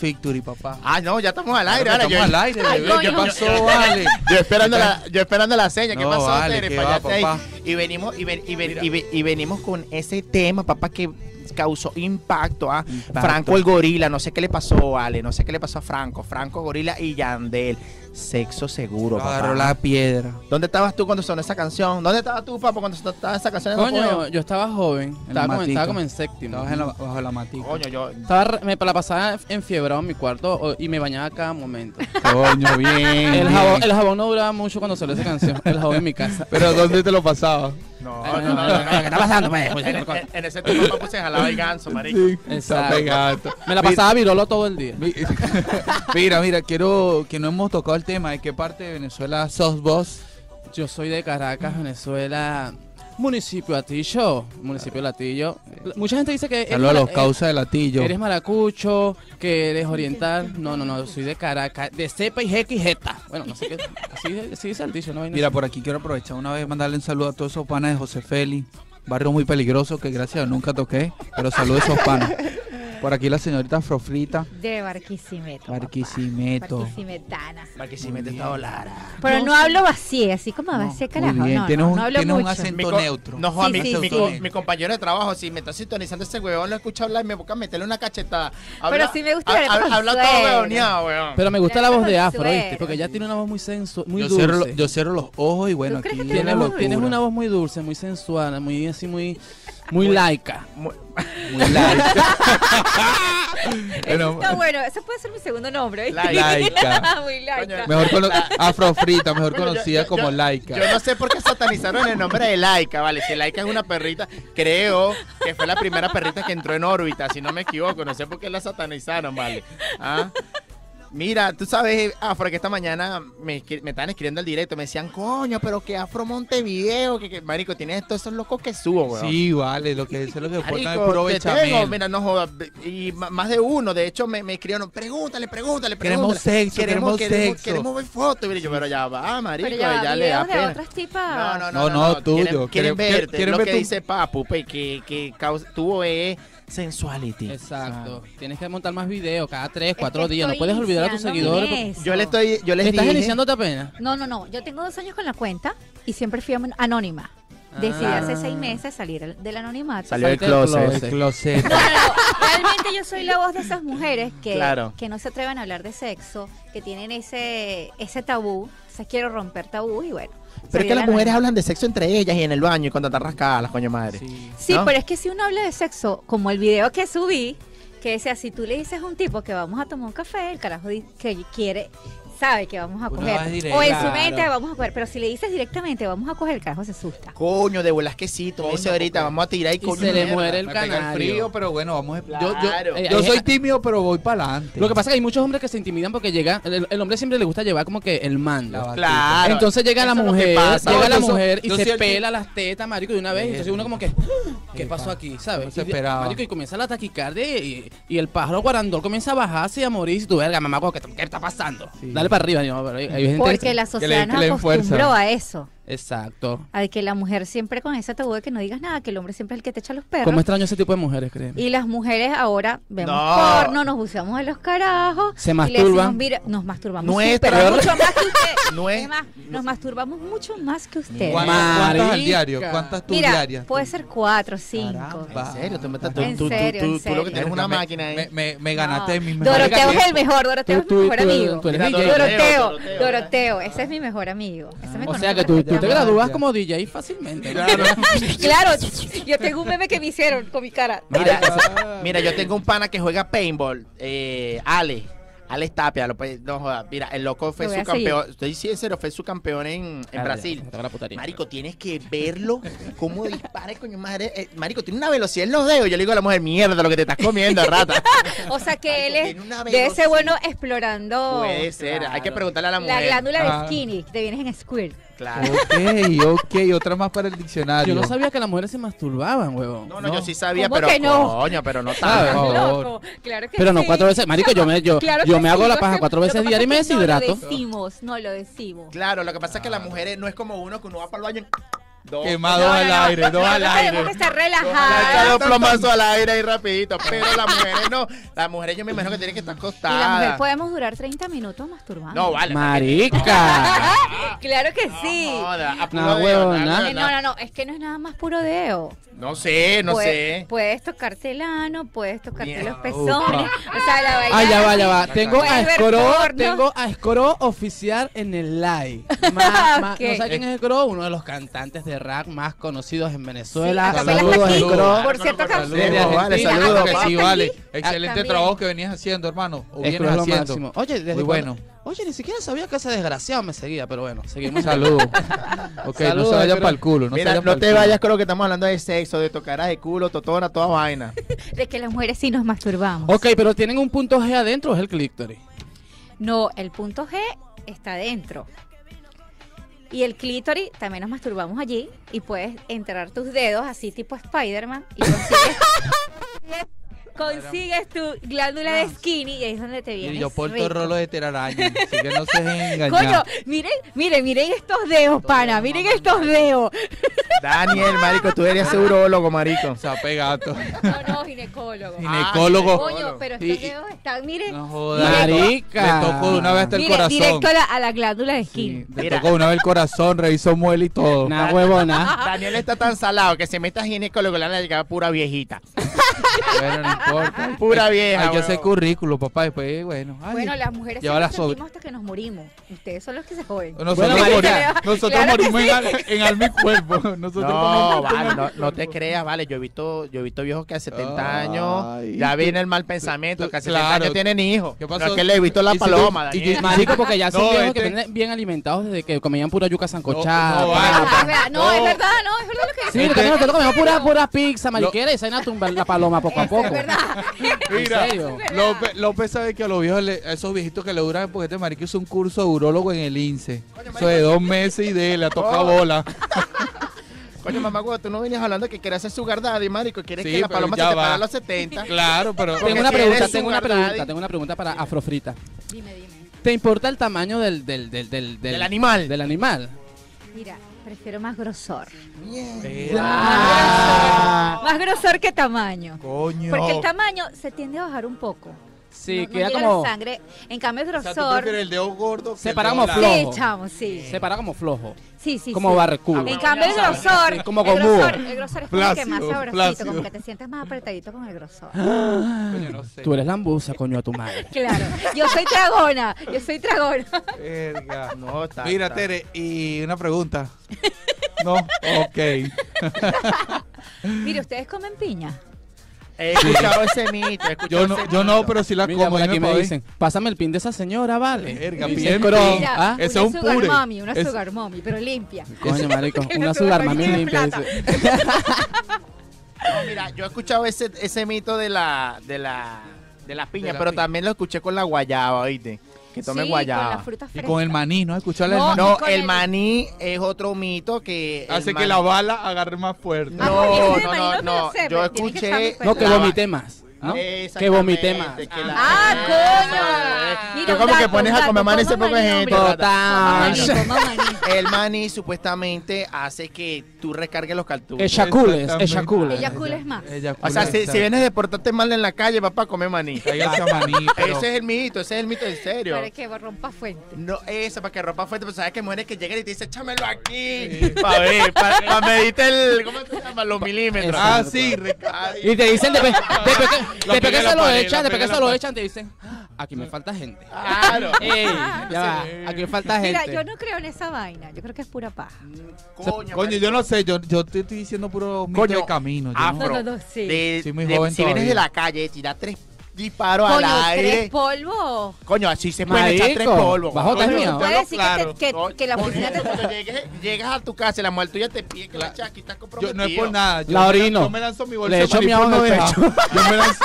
[SPEAKER 3] Victory, papá.
[SPEAKER 4] Ah, no, ya estamos al aire.
[SPEAKER 3] Ahora
[SPEAKER 4] ahora,
[SPEAKER 3] estamos al aire, bebé.
[SPEAKER 4] yo-
[SPEAKER 3] ¿Qué
[SPEAKER 4] yo-
[SPEAKER 3] pasó,
[SPEAKER 4] yo-
[SPEAKER 3] vale?
[SPEAKER 4] Yo esperando la, yo esperando la seña. ¿Qué
[SPEAKER 3] No,
[SPEAKER 4] pasó,
[SPEAKER 3] vale,
[SPEAKER 4] Tere?
[SPEAKER 3] ¿qué va,
[SPEAKER 4] Fallaste ahí.
[SPEAKER 3] papá?
[SPEAKER 4] Y venimos, y, ven- y ven- y ve- y venimos con ese tema, papá, que causó impacto a Franco el gorila. No sé qué le pasó, Ale. No sé qué le pasó a Franco. Franco gorila y Yandel. Sexo seguro, papá.
[SPEAKER 3] Agarró la piedra.
[SPEAKER 4] ¿Dónde estabas tú cuando sonó esa canción? ¿Dónde estabas tú, papá, cuando sonó esa canción? en los
[SPEAKER 5] Coño,
[SPEAKER 4] juegos?
[SPEAKER 5] yo estaba joven.
[SPEAKER 3] la
[SPEAKER 5] Estaba como,
[SPEAKER 3] matica.
[SPEAKER 5] estaba como en séptimo.
[SPEAKER 3] Estabas en la- bajo la matica.
[SPEAKER 4] Coño, yo.
[SPEAKER 5] Estaba re- me la pasaba enfiebrado en mi cuarto o- y me bañaba cada momento.
[SPEAKER 3] Coño, bien.
[SPEAKER 5] El
[SPEAKER 3] bien.
[SPEAKER 5] jabón, el jabón no duraba mucho cuando salió esa canción. El jabón en mi casa.
[SPEAKER 7] Pero ¿dónde te lo pasaba?
[SPEAKER 4] No,
[SPEAKER 5] no, no, no, no,
[SPEAKER 4] ¿Qué está pasando,
[SPEAKER 5] pues?
[SPEAKER 4] En, en ese tiempo, papá, se jalaba el ganso, marico.
[SPEAKER 7] Está pegado.
[SPEAKER 5] Me la pasaba virolo todo el día.
[SPEAKER 3] Mi- mira, mira, quiero que no hemos tocado el tema de qué parte de Venezuela sos vos.
[SPEAKER 5] Yo soy de Caracas, Venezuela. Municipio Latillo. Municipio Latillo. Mucha gente dice que. eres
[SPEAKER 3] Saludos a
[SPEAKER 5] mara-
[SPEAKER 3] los causas de latillo.
[SPEAKER 5] eh, Eres maracucho, que eres oriental. No, no, no, soy de Caracas. De cepa y jeca y jeta. Bueno, no sé qué. Así, así dice el dicho, ¿no?
[SPEAKER 3] Mira, por aquí quiero aprovechar una vez mandarle un saludo a todos esos panas de José Félix, barrio muy peligroso que gracias a Dios nunca toqué, pero saludos a esos panas. Por aquí la señorita Frofrita,
[SPEAKER 6] De Barquisimeto. papá.
[SPEAKER 3] Barquisimeto.
[SPEAKER 6] Barquisimetana.
[SPEAKER 4] Barquisimeto está volara.
[SPEAKER 6] Pero no hablo vacía, así como
[SPEAKER 3] No,
[SPEAKER 6] vacía,
[SPEAKER 3] muy
[SPEAKER 6] carajo.
[SPEAKER 3] bien.
[SPEAKER 6] No,
[SPEAKER 3] Tienes
[SPEAKER 6] no,
[SPEAKER 3] un-
[SPEAKER 6] no hablo
[SPEAKER 3] tienes un
[SPEAKER 6] mucho.
[SPEAKER 3] acento-
[SPEAKER 4] Mi
[SPEAKER 3] Punto
[SPEAKER 4] co-
[SPEAKER 3] neutro.
[SPEAKER 4] No, joda,
[SPEAKER 6] Sí,
[SPEAKER 4] mi,
[SPEAKER 6] sí,
[SPEAKER 4] mi
[SPEAKER 6] sí.
[SPEAKER 4] co- mi compañero de trabajo, si me está sintonizando ese huevón, lo escucha hablar y me busca meterle una cachetada.
[SPEAKER 6] Pero sí me gusta
[SPEAKER 4] ha-
[SPEAKER 6] el
[SPEAKER 4] ha- Habla todo
[SPEAKER 6] suegro.
[SPEAKER 4] huevoneado, weón.
[SPEAKER 5] Pero me gusta la voz de Afro,
[SPEAKER 6] Suero.
[SPEAKER 5] ¿viste? Porque ella tiene una voz muy sensual, muy
[SPEAKER 3] Yo
[SPEAKER 5] dulce.
[SPEAKER 3] cierro, lo- yo cierro los ojos y bueno,
[SPEAKER 6] ¿Tú crees
[SPEAKER 3] aquí
[SPEAKER 6] que
[SPEAKER 5] tienes,
[SPEAKER 6] una
[SPEAKER 5] un- tienes una voz muy dulce, muy sensual, muy así, muy, muy laica.
[SPEAKER 4] Mu-
[SPEAKER 3] muy larga.
[SPEAKER 6] Eso está bueno, ese puede ser mi segundo nombre. ¿viste?
[SPEAKER 3] Laica.
[SPEAKER 6] Muy laica.
[SPEAKER 3] Mejor cono- Afrofrita, mejor
[SPEAKER 4] Coño, yo-
[SPEAKER 3] conocida
[SPEAKER 4] yo-
[SPEAKER 3] como
[SPEAKER 4] yo-
[SPEAKER 3] Laika.
[SPEAKER 4] Yo no sé por qué satanizaron el nombre de Laika, ¿vale? Si Laika es una perrita, creo que fue la primera perrita que entró en órbita, si no me equivoco. No sé por qué la satanizaron, ¿vale? Ah. Mira, tú sabes, Afro, que esta mañana me, escri- me estaban escribiendo el directo. Me decían, coño, pero que Afro Montevideo, que, que- marico, tienes todos esos locos que subo, weón.
[SPEAKER 3] Sí, vale, lo que se lo que importa es
[SPEAKER 4] Marico,
[SPEAKER 3] puro
[SPEAKER 4] te
[SPEAKER 3] bechamel.
[SPEAKER 4] tengo, mira, no jodas. Y ma- más de uno, de hecho, me, me escribieron, pregúntale, pregúntale, pregúntale.
[SPEAKER 3] Queremos sexo, queremos sexo.
[SPEAKER 4] Queremos ver fotos. Mira, yo, pero ya va, marico,
[SPEAKER 6] Pero
[SPEAKER 4] ya,
[SPEAKER 6] ya,
[SPEAKER 4] le da
[SPEAKER 6] videos de
[SPEAKER 4] pena.
[SPEAKER 6] otras tipas.
[SPEAKER 4] No, no,
[SPEAKER 3] No,
[SPEAKER 4] no,
[SPEAKER 3] no, tuyo.
[SPEAKER 4] Quieren,
[SPEAKER 3] Quieren-
[SPEAKER 4] quieren verte.
[SPEAKER 3] quieren
[SPEAKER 4] lo
[SPEAKER 3] ver
[SPEAKER 4] que
[SPEAKER 3] tu-
[SPEAKER 4] dice Papu, pues, que, que caus- tuvo es sensuality.
[SPEAKER 5] Exacto. Tienes que montar más videos cada tres,
[SPEAKER 6] Es
[SPEAKER 5] cuatro
[SPEAKER 6] que
[SPEAKER 5] días. No
[SPEAKER 6] estoy
[SPEAKER 5] puedes olvidar a tus
[SPEAKER 6] iniciando
[SPEAKER 5] seguidores.
[SPEAKER 6] en
[SPEAKER 5] porque-
[SPEAKER 6] eso.
[SPEAKER 4] Yo le estoy, yo les
[SPEAKER 5] Estás
[SPEAKER 4] dije-
[SPEAKER 5] iniciándote apenas.
[SPEAKER 6] No, no, no. Yo tengo dos años con la cuenta y siempre fui am- anónima. Decidí
[SPEAKER 5] Ah.
[SPEAKER 6] hace seis meses salir al- del anonimato.
[SPEAKER 4] Salió del
[SPEAKER 5] Salte del
[SPEAKER 4] closet.
[SPEAKER 5] closet.
[SPEAKER 3] El closet.
[SPEAKER 6] No, no, no. Realmente yo soy la voz de esas mujeres que,
[SPEAKER 4] Claro.
[SPEAKER 6] que no se atreven a hablar de sexo, que tienen ese, ese tabú. O sea, quiero romper tabú y bueno.
[SPEAKER 4] Pero es
[SPEAKER 6] salir
[SPEAKER 4] que
[SPEAKER 6] al
[SPEAKER 4] las mujeres
[SPEAKER 6] anonimato.
[SPEAKER 4] hablan de sexo entre ellas y en el baño y cuando están rascadas, las coño madre.
[SPEAKER 6] Sí,
[SPEAKER 4] ¿no?
[SPEAKER 6] pero es que si uno habla de sexo, como el video que subí, que decía, si tú le dices a un tipo que vamos a tomar un café, el carajo di- que quiere, sabe que vamos a
[SPEAKER 3] Uno va
[SPEAKER 6] coger.
[SPEAKER 3] directo.
[SPEAKER 6] o en su
[SPEAKER 3] Claro.
[SPEAKER 6] mente vamos a coger. Pero si le dices directamente vamos a coger, el carajo se asusta.
[SPEAKER 4] Coño, de bolas que sí, tú me dices ahorita, vamos a tirar y,
[SPEAKER 5] Y
[SPEAKER 4] coño,
[SPEAKER 5] se le
[SPEAKER 4] mierda.
[SPEAKER 5] muere el
[SPEAKER 3] Me pega el
[SPEAKER 5] canario.
[SPEAKER 3] frío, pero bueno, vamos. a- Yo,
[SPEAKER 4] Claro.
[SPEAKER 3] yo, yo soy tímido, pero voy para adelante.
[SPEAKER 5] Lo que pasa es que hay muchos hombres que se intimidan porque llega. El, el hombre siempre le gusta llevar como que el
[SPEAKER 3] La
[SPEAKER 5] mando.
[SPEAKER 3] batita.
[SPEAKER 4] Claro.
[SPEAKER 5] Entonces llega la
[SPEAKER 4] Eso es lo que
[SPEAKER 5] mujer,
[SPEAKER 4] pasa.
[SPEAKER 5] llega
[SPEAKER 3] No,
[SPEAKER 5] la
[SPEAKER 3] yo soy-
[SPEAKER 5] mujer y
[SPEAKER 3] yo soy
[SPEAKER 5] se
[SPEAKER 3] el
[SPEAKER 5] pela las tetas, marico, de una vez.
[SPEAKER 3] Verga.
[SPEAKER 5] Entonces uno como que, ¿qué pasó
[SPEAKER 3] Epa.
[SPEAKER 5] aquí? ¿Sabes?
[SPEAKER 3] No se
[SPEAKER 5] Y de-
[SPEAKER 3] esperaba.
[SPEAKER 5] marico, y comienza la taquicardia y, y el pájaro guarandol comienza a bajarse y a morir. Y tú, verga, mamá, ¿qué, qué está pasando?
[SPEAKER 3] Sí.
[SPEAKER 5] Dale para arriba. no, pero hay- hay gente-
[SPEAKER 6] Porque la
[SPEAKER 3] que le
[SPEAKER 6] sociedad nos
[SPEAKER 3] den fuerza.
[SPEAKER 6] acostumbró a eso.
[SPEAKER 5] Exacto.
[SPEAKER 6] A que la mujer siempre con ese tabú de que no digas nada, que el hombre siempre es el que te echa los
[SPEAKER 5] ¿Cómo
[SPEAKER 6] perros.
[SPEAKER 5] extraño ese tipo de mujeres, créeme?
[SPEAKER 6] Y las mujeres ahora vemos
[SPEAKER 4] No.
[SPEAKER 6] porno, nos buceamos de los carajos.
[SPEAKER 5] Se
[SPEAKER 6] y le
[SPEAKER 5] masturban.
[SPEAKER 6] decimos, "Mira", nos masturbamos.
[SPEAKER 4] No
[SPEAKER 6] sí,
[SPEAKER 4] es
[SPEAKER 6] pero
[SPEAKER 4] peor.
[SPEAKER 6] mucho más que usted.
[SPEAKER 4] No es-
[SPEAKER 6] Es más, nos masturbamos mucho más que ustedes.
[SPEAKER 3] ¿Cuántas, cuántas al
[SPEAKER 5] Marica.
[SPEAKER 3] diario? ¿Cuántas tú
[SPEAKER 6] Mira, pues,
[SPEAKER 3] diarias?
[SPEAKER 6] puede ser cuatro, cinco.
[SPEAKER 3] Caramba.
[SPEAKER 4] En serio, tú me estás-
[SPEAKER 6] En
[SPEAKER 4] tú- tú-
[SPEAKER 6] serio,
[SPEAKER 4] tú-
[SPEAKER 6] en
[SPEAKER 4] tú lo que
[SPEAKER 6] serio.
[SPEAKER 4] tienes es una máquina eh. ahí.
[SPEAKER 3] Me, me, me ganaste
[SPEAKER 6] No.
[SPEAKER 3] mi
[SPEAKER 6] Doroteo es el mejor,
[SPEAKER 5] Tú-
[SPEAKER 6] Doroteo es mi
[SPEAKER 5] tú-
[SPEAKER 6] mejor
[SPEAKER 5] tú-
[SPEAKER 6] amigo.
[SPEAKER 5] tú eres
[SPEAKER 4] Mira,
[SPEAKER 5] DJ.
[SPEAKER 6] Doroteo,
[SPEAKER 4] Doroteo,
[SPEAKER 6] Doroteo, ese es mi mejor amigo. Ese me
[SPEAKER 5] O
[SPEAKER 6] conoce
[SPEAKER 5] sea que tú, tú te
[SPEAKER 6] perfectamente.
[SPEAKER 5] gradúas como DJ fácilmente. ¿no?
[SPEAKER 6] Claro, yo tengo un meme que me hicieron con mi cara.
[SPEAKER 4] Mira, mira, yo tengo un pana que juega paintball, eh, Ale. Alex Tapia, lo puede- no jodas. Mira, el loco fue
[SPEAKER 6] Lo voy
[SPEAKER 4] su
[SPEAKER 6] a seguir.
[SPEAKER 4] campeón. Estoy sincero, fue su campeón en, en Brasil.
[SPEAKER 5] Te hago la putería.
[SPEAKER 4] Marico, tienes que verlo cómo dispara, coño madre. Eh, marico, tiene una velocidad en los dedos. Yo le digo a la mujer, mierda, lo que te estás comiendo, rata.
[SPEAKER 6] O sea que él
[SPEAKER 4] tiene una
[SPEAKER 6] es de ese
[SPEAKER 4] velocidad.
[SPEAKER 6] bueno explorando
[SPEAKER 4] Puede ser, hay que preguntarle a la
[SPEAKER 6] la
[SPEAKER 4] mujer.
[SPEAKER 6] glándula
[SPEAKER 3] Ah.
[SPEAKER 6] de skinny. Te vienes en squirt.
[SPEAKER 4] Claro.
[SPEAKER 3] Ok, ok, otra más para el diccionario.
[SPEAKER 5] Yo no sabía que las mujeres se masturbaban, huevón.
[SPEAKER 4] No, no, yo sí sabía,
[SPEAKER 6] ¿Cómo
[SPEAKER 4] pero
[SPEAKER 6] que no?
[SPEAKER 4] coño, pero no
[SPEAKER 5] Ah,
[SPEAKER 4] tanto.
[SPEAKER 5] no.
[SPEAKER 6] Loco, claro que
[SPEAKER 5] Pero no
[SPEAKER 6] sí.
[SPEAKER 5] cuatro veces. Marico, yo me, yo,
[SPEAKER 6] Claro
[SPEAKER 5] yo
[SPEAKER 6] que
[SPEAKER 5] me hago
[SPEAKER 6] sí,
[SPEAKER 5] la
[SPEAKER 6] lo
[SPEAKER 5] paja
[SPEAKER 6] que-
[SPEAKER 5] cuatro
[SPEAKER 6] lo que
[SPEAKER 5] veces
[SPEAKER 6] pasa
[SPEAKER 5] diaria y
[SPEAKER 6] es
[SPEAKER 5] me
[SPEAKER 6] que No
[SPEAKER 5] deshidrato.
[SPEAKER 6] lo decimos, no lo decimos.
[SPEAKER 4] Claro, lo que pasa es que las mujeres no es como uno que uno va para el baño. y- Dos.
[SPEAKER 3] Quemado
[SPEAKER 6] No, no,
[SPEAKER 3] al
[SPEAKER 6] no.
[SPEAKER 3] aire, dos al
[SPEAKER 6] Nosotros tenemos que
[SPEAKER 3] aire.
[SPEAKER 6] estar
[SPEAKER 4] Le
[SPEAKER 6] relajadas.
[SPEAKER 4] echa dos plomazos al aire ahí rapidito, pero las mujeres no. Las mujeres yo me imagino que tienen que estar
[SPEAKER 6] Y la mujer
[SPEAKER 4] acostadas.
[SPEAKER 6] podemos durar 30 minutos masturbando.
[SPEAKER 4] No, vale.
[SPEAKER 5] Marica.
[SPEAKER 6] claro que sí.
[SPEAKER 4] No,
[SPEAKER 6] Eh,
[SPEAKER 4] joda, a puro
[SPEAKER 5] No,
[SPEAKER 4] dedo,
[SPEAKER 5] huevona.
[SPEAKER 4] nada,
[SPEAKER 6] No,
[SPEAKER 4] nada.
[SPEAKER 6] no, no, es que no es nada más puro deo.
[SPEAKER 4] No sé,
[SPEAKER 3] Pues,
[SPEAKER 4] no
[SPEAKER 6] Puede-
[SPEAKER 4] sé.
[SPEAKER 6] Puedes tocarte el ano, puedes tocarte
[SPEAKER 4] Bien.
[SPEAKER 6] los pezones. O sea, la vaina.
[SPEAKER 5] Ah, ya va, ya va.
[SPEAKER 6] así.
[SPEAKER 5] Tengo a
[SPEAKER 6] Puedes ver
[SPEAKER 5] Escoró,
[SPEAKER 6] porno.
[SPEAKER 5] tengo a Escoró oficial en el live. Ma- ma-
[SPEAKER 6] Ok.
[SPEAKER 5] ¿No sabes quién es Escoró? Uno de los cantantes de rap más conocidos en Venezuela.
[SPEAKER 6] Sí, Acapela
[SPEAKER 5] Saludos,
[SPEAKER 6] está aquí.
[SPEAKER 5] Escoró.
[SPEAKER 6] Por cierto, acá-
[SPEAKER 3] Saludos, vale,
[SPEAKER 5] Argentina.
[SPEAKER 3] saludos.
[SPEAKER 6] Acá
[SPEAKER 3] que sí,
[SPEAKER 6] está
[SPEAKER 3] vale.
[SPEAKER 6] aquí.
[SPEAKER 3] Excelente
[SPEAKER 6] También.
[SPEAKER 3] trabajo que venías haciendo, hermano. O
[SPEAKER 5] Es
[SPEAKER 3] vienes
[SPEAKER 5] lo
[SPEAKER 3] haciendo.
[SPEAKER 5] máximo. Oye, desde
[SPEAKER 3] Muy
[SPEAKER 5] cuando-
[SPEAKER 3] bueno.
[SPEAKER 5] Oye, ni siquiera sabía que ese desgraciado me seguía, pero bueno, seguimos.
[SPEAKER 3] Saludos. Ok, no
[SPEAKER 5] Saludos,
[SPEAKER 3] se vayan
[SPEAKER 5] pero-
[SPEAKER 3] para el culo. No se
[SPEAKER 4] Mira,
[SPEAKER 3] vayan
[SPEAKER 4] no
[SPEAKER 3] pa'l
[SPEAKER 4] te
[SPEAKER 3] culo.
[SPEAKER 4] vayas con lo que estamos hablando de sexo, de tocaras de culo, totona, toda vaina.
[SPEAKER 6] De que las mujeres sí nos masturbamos.
[SPEAKER 5] Ok, pero tienen un punto G adentro, o es el clítoris.
[SPEAKER 6] No, el punto G está dentro. Y el clítoris también nos masturbamos allí y puedes entrar tus dedos así tipo Spider-Man y consigues, consigues tu glándula de skinny y ahí es donde te
[SPEAKER 3] Y
[SPEAKER 6] viene.
[SPEAKER 3] yo porto rolo de telaraña. Así que no se dejen
[SPEAKER 6] Coño,
[SPEAKER 3] engañar.
[SPEAKER 6] miren, miren, miren estos dedos, pana, miren estos dedos.
[SPEAKER 4] Daniel, marico, tú eres urologo, marico.
[SPEAKER 3] Se ha pegado.
[SPEAKER 6] No, no, ginecólogo.
[SPEAKER 3] Ginecólogo.
[SPEAKER 6] Coño, pero
[SPEAKER 3] Y-
[SPEAKER 6] estos dedos están, miren,
[SPEAKER 3] No
[SPEAKER 6] Mira,
[SPEAKER 3] jodas.
[SPEAKER 5] Marica.
[SPEAKER 3] Le tocó de una vez hasta el
[SPEAKER 6] miren,
[SPEAKER 3] corazón.
[SPEAKER 6] directo a la, a la glándula de skinny.
[SPEAKER 3] Sí, le
[SPEAKER 4] Mira.
[SPEAKER 3] tocó de una vez el corazón, revisó muela y todo.
[SPEAKER 5] Una huevona.
[SPEAKER 4] Daniel está tan salado que se meta ginecólogo, le van a llegar pura viejita.
[SPEAKER 3] Bueno, no importa.
[SPEAKER 4] Pura vieja.
[SPEAKER 3] Hay que
[SPEAKER 4] huevón.
[SPEAKER 3] hacer currículo, papá. Después, bueno. ay,
[SPEAKER 6] Bueno, las mujeres
[SPEAKER 3] lleva la
[SPEAKER 6] siempre sentimos
[SPEAKER 3] sobre-
[SPEAKER 6] hasta que nos morimos. Ustedes son los que se joden.
[SPEAKER 3] Nosotros
[SPEAKER 5] Bueno,
[SPEAKER 3] morimos,
[SPEAKER 6] marica.
[SPEAKER 3] nosotros
[SPEAKER 6] Claro que
[SPEAKER 3] morimos en, al, en alma y cuerpo. Nosotros
[SPEAKER 4] No,
[SPEAKER 3] morimos en
[SPEAKER 4] vale,
[SPEAKER 3] alma
[SPEAKER 4] no,
[SPEAKER 3] y
[SPEAKER 4] no te
[SPEAKER 3] cuerpo.
[SPEAKER 4] creas, vale. Yo he visto, yo he visto viejos que a 70
[SPEAKER 3] Ay,
[SPEAKER 4] años ya
[SPEAKER 3] tú-
[SPEAKER 4] viene el mal pensamiento, que a 70
[SPEAKER 3] claro.
[SPEAKER 4] años tienen hijos.
[SPEAKER 3] ¿Qué
[SPEAKER 4] ¿Qué
[SPEAKER 3] pasó?
[SPEAKER 4] pasó? que le he visto la
[SPEAKER 3] ¿Y si tú-
[SPEAKER 4] paloma,
[SPEAKER 3] y
[SPEAKER 4] Daniel.
[SPEAKER 3] que-
[SPEAKER 5] Marico, porque ya son
[SPEAKER 3] No,
[SPEAKER 5] viejos
[SPEAKER 3] este-
[SPEAKER 5] que vienen bien alimentados desde que comían pura yuca sancochada.
[SPEAKER 3] No, no,
[SPEAKER 5] pana.
[SPEAKER 3] vale. Oh.
[SPEAKER 6] Ah, es verdad, no,
[SPEAKER 3] No.
[SPEAKER 6] es verdad, no, es verdad lo que
[SPEAKER 5] Sí, lo
[SPEAKER 6] dice.
[SPEAKER 4] Este
[SPEAKER 5] que te lo comemos pura, pura pizza, mariquera, y se van a tumbar la paloma poco a
[SPEAKER 6] Eso
[SPEAKER 5] poco.
[SPEAKER 6] Es verdad.
[SPEAKER 3] Mira,
[SPEAKER 5] ¿En serio?
[SPEAKER 3] López, López sabe que a los viejos, le- a esos viejitos que le duran, porque este marico hizo un curso de urólogo en el INSE. Eso de dos meses y de le ha tocado
[SPEAKER 4] Oh.
[SPEAKER 3] bola.
[SPEAKER 4] Coño, mamá, güey, tú no venías hablando que querías hacer sugar daddy, marico. Quieres
[SPEAKER 3] Sí,
[SPEAKER 4] que la
[SPEAKER 3] pero
[SPEAKER 4] paloma se
[SPEAKER 3] ya
[SPEAKER 4] te
[SPEAKER 3] va.
[SPEAKER 4] pare a los 70.
[SPEAKER 3] Claro, pero.
[SPEAKER 5] Tengo
[SPEAKER 4] Porque
[SPEAKER 5] una
[SPEAKER 4] si
[SPEAKER 5] pregunta,
[SPEAKER 4] eres
[SPEAKER 5] tengo una
[SPEAKER 4] sugar
[SPEAKER 5] pregunta,
[SPEAKER 4] daddy.
[SPEAKER 5] tengo una pregunta para Afrofrita.
[SPEAKER 6] Dime, dime.
[SPEAKER 5] ¿Te importa el tamaño del, del, del, del,
[SPEAKER 4] Del animal.
[SPEAKER 5] Del animal.
[SPEAKER 6] Mira, prefiero más grosor.
[SPEAKER 4] Ah.
[SPEAKER 6] Más grosor que tamaño.
[SPEAKER 3] Coño.
[SPEAKER 6] Porque el tamaño se tiende a bajar un poco.
[SPEAKER 5] Sí,
[SPEAKER 6] no, no
[SPEAKER 5] queda
[SPEAKER 6] llega
[SPEAKER 5] como.
[SPEAKER 6] la sangre. En cambio, el
[SPEAKER 3] O sea, tú
[SPEAKER 6] grosor.
[SPEAKER 3] prefieres el dedo gordo. que el
[SPEAKER 5] Separamos
[SPEAKER 3] dedo largo.
[SPEAKER 5] flojo.
[SPEAKER 6] sí, chamo, sí.
[SPEAKER 5] Se para como flojo.
[SPEAKER 6] Sí, sí.
[SPEAKER 5] como
[SPEAKER 6] sí.
[SPEAKER 5] barracuda.
[SPEAKER 4] Ah,
[SPEAKER 6] En cambio, el grosor.
[SPEAKER 5] como
[SPEAKER 6] el
[SPEAKER 5] gomúo.
[SPEAKER 6] grosor, el grosor es como que más
[SPEAKER 3] Plácido,
[SPEAKER 6] sabrosito,
[SPEAKER 3] plácido.
[SPEAKER 6] como que te sientes más apretadito con el grosor.
[SPEAKER 3] Coño, no sé.
[SPEAKER 5] Tú eres lambuza, coño, a tu madre.
[SPEAKER 6] Claro. Yo soy tragona, yo soy tragona.
[SPEAKER 3] Verga.
[SPEAKER 4] No, está.
[SPEAKER 3] Mira,
[SPEAKER 4] está.
[SPEAKER 3] Tere, y una pregunta. No, ok.
[SPEAKER 6] Mire, ustedes comen piña.
[SPEAKER 4] He escuchado ese mito. He escuchado
[SPEAKER 3] Yo no,
[SPEAKER 4] ese
[SPEAKER 3] yo
[SPEAKER 4] mito.
[SPEAKER 3] no, pero si la
[SPEAKER 5] Mira,
[SPEAKER 3] como.
[SPEAKER 5] por aquí
[SPEAKER 3] dime
[SPEAKER 5] me
[SPEAKER 3] pa' ver.
[SPEAKER 5] dicen, pásame el pin de esa señora, vale.
[SPEAKER 3] Verga,
[SPEAKER 5] Dice
[SPEAKER 3] bien
[SPEAKER 5] Cro,
[SPEAKER 3] pin.
[SPEAKER 6] Mira,
[SPEAKER 5] ¿ah?
[SPEAKER 3] ese es
[SPEAKER 6] una
[SPEAKER 3] un
[SPEAKER 6] sugar
[SPEAKER 3] pure.
[SPEAKER 6] mommy, una
[SPEAKER 3] Es-
[SPEAKER 6] sugar mommy, pero limpia.
[SPEAKER 5] Coño, marico,
[SPEAKER 6] Que
[SPEAKER 5] una
[SPEAKER 6] no
[SPEAKER 5] sugar
[SPEAKER 6] suba,
[SPEAKER 5] mami
[SPEAKER 6] tiene
[SPEAKER 5] limpia.
[SPEAKER 6] plata.
[SPEAKER 5] dice.
[SPEAKER 4] No, mira, yo he escuchado ese, ese mito de la, de la, de las piñas,
[SPEAKER 3] la
[SPEAKER 4] pero
[SPEAKER 3] piña.
[SPEAKER 4] también lo escuché con la guayaba, ¿oíste? Que tomen
[SPEAKER 6] sí,
[SPEAKER 4] guayaba.
[SPEAKER 6] con las frutas
[SPEAKER 3] Y
[SPEAKER 6] frescas.
[SPEAKER 3] con el maní, ¿no? Escuchar el
[SPEAKER 6] No,
[SPEAKER 3] maní.
[SPEAKER 4] No,
[SPEAKER 6] Con
[SPEAKER 4] el
[SPEAKER 6] el-
[SPEAKER 4] maní es otro mito que el
[SPEAKER 3] Hace que
[SPEAKER 4] maní-
[SPEAKER 3] la bala agarre más fuerte.
[SPEAKER 6] Ah,
[SPEAKER 4] No,
[SPEAKER 6] porque ese
[SPEAKER 4] no,
[SPEAKER 6] de maní
[SPEAKER 4] no,
[SPEAKER 6] no me lo
[SPEAKER 4] no.
[SPEAKER 6] sé,
[SPEAKER 4] Yo
[SPEAKER 6] pero tiene que
[SPEAKER 4] escuché.
[SPEAKER 6] estar muy
[SPEAKER 5] No, que
[SPEAKER 4] la-
[SPEAKER 5] vomité más, ¿no?
[SPEAKER 4] Exactamente,
[SPEAKER 5] Que vomité más.
[SPEAKER 4] que la-
[SPEAKER 6] Ah,
[SPEAKER 4] Eso es.
[SPEAKER 6] coño. Mira,
[SPEAKER 4] Tú
[SPEAKER 6] un
[SPEAKER 4] como que
[SPEAKER 6] dato,
[SPEAKER 4] pones
[SPEAKER 6] un
[SPEAKER 4] a comer
[SPEAKER 6] dato,
[SPEAKER 4] maní ese
[SPEAKER 6] coma
[SPEAKER 4] poco de
[SPEAKER 6] maní,
[SPEAKER 4] gente.
[SPEAKER 6] hombre. Coma
[SPEAKER 5] Total.
[SPEAKER 6] maní, coma maní.
[SPEAKER 4] El maní supuestamente hace que tú recargues los cartuchos.
[SPEAKER 5] Eyacules,
[SPEAKER 3] Exactamente.
[SPEAKER 5] eyacules.
[SPEAKER 6] Ella cool es más.
[SPEAKER 4] O sea, si, si vienes de portarte mal en la calle, papá, come maní.
[SPEAKER 3] Ahí hace maní, pero-
[SPEAKER 4] Ese es el mito, ese es el mito en serio.
[SPEAKER 6] Para que rompa fuente.
[SPEAKER 4] No, eso, para que ropa fuerte, pero sabes que hay mujeres que llegan y te dicen, échamelo aquí, para ver, para medirte el, ¿cómo se llama? Los milímetros.
[SPEAKER 3] Ah, sí, reca-
[SPEAKER 4] Ay,
[SPEAKER 5] Y te dicen, después, después que, después que
[SPEAKER 3] pegué a la
[SPEAKER 5] se lo
[SPEAKER 3] pared, la
[SPEAKER 5] echan, después
[SPEAKER 3] pegué a
[SPEAKER 5] que
[SPEAKER 3] la
[SPEAKER 5] se lo
[SPEAKER 3] pared.
[SPEAKER 5] echan, te dicen, "Ah, aquí
[SPEAKER 4] Mm.
[SPEAKER 5] me falta gente.
[SPEAKER 4] Claro.
[SPEAKER 5] Ey, ya va, aquí me falta gente.
[SPEAKER 6] Mira, yo no creo en esa vaina. Yo creo que es pura paja.
[SPEAKER 4] Coño,
[SPEAKER 3] Coño, yo no sé, yo, yo te estoy diciendo puro mito
[SPEAKER 4] Coño,
[SPEAKER 3] de camino. yo no-
[SPEAKER 4] afro.
[SPEAKER 6] No, no, no, sí.
[SPEAKER 4] De-
[SPEAKER 3] Soy muy
[SPEAKER 4] de-
[SPEAKER 3] joven
[SPEAKER 4] si vienes
[SPEAKER 3] todavía.
[SPEAKER 4] de la calle, tirar tres disparo al
[SPEAKER 6] Coño,
[SPEAKER 4] aire.
[SPEAKER 6] tres polvos.
[SPEAKER 4] Coño, así se pueden echar tres
[SPEAKER 5] Marico,
[SPEAKER 4] polvos.
[SPEAKER 5] bajo
[SPEAKER 4] Coño,
[SPEAKER 5] tres
[SPEAKER 4] yo
[SPEAKER 5] míos.
[SPEAKER 4] te
[SPEAKER 6] Puede
[SPEAKER 4] hablo
[SPEAKER 6] decir
[SPEAKER 4] claro.
[SPEAKER 6] que, te- que- que la
[SPEAKER 4] Coño,
[SPEAKER 6] oficina te...
[SPEAKER 4] Cuando llegues, llegas a tu casa y la mujer tuya te pide que la echa, aquí está
[SPEAKER 7] Yo,
[SPEAKER 4] comprometido.
[SPEAKER 7] no es por nada. Yo
[SPEAKER 5] La
[SPEAKER 7] me-
[SPEAKER 5] orino.
[SPEAKER 7] Yo me lanzo mi bolsa
[SPEAKER 5] Le echo
[SPEAKER 7] de maní
[SPEAKER 5] miau
[SPEAKER 7] por
[SPEAKER 5] en
[SPEAKER 7] no
[SPEAKER 5] el
[SPEAKER 7] dejado. Yo me lanzo,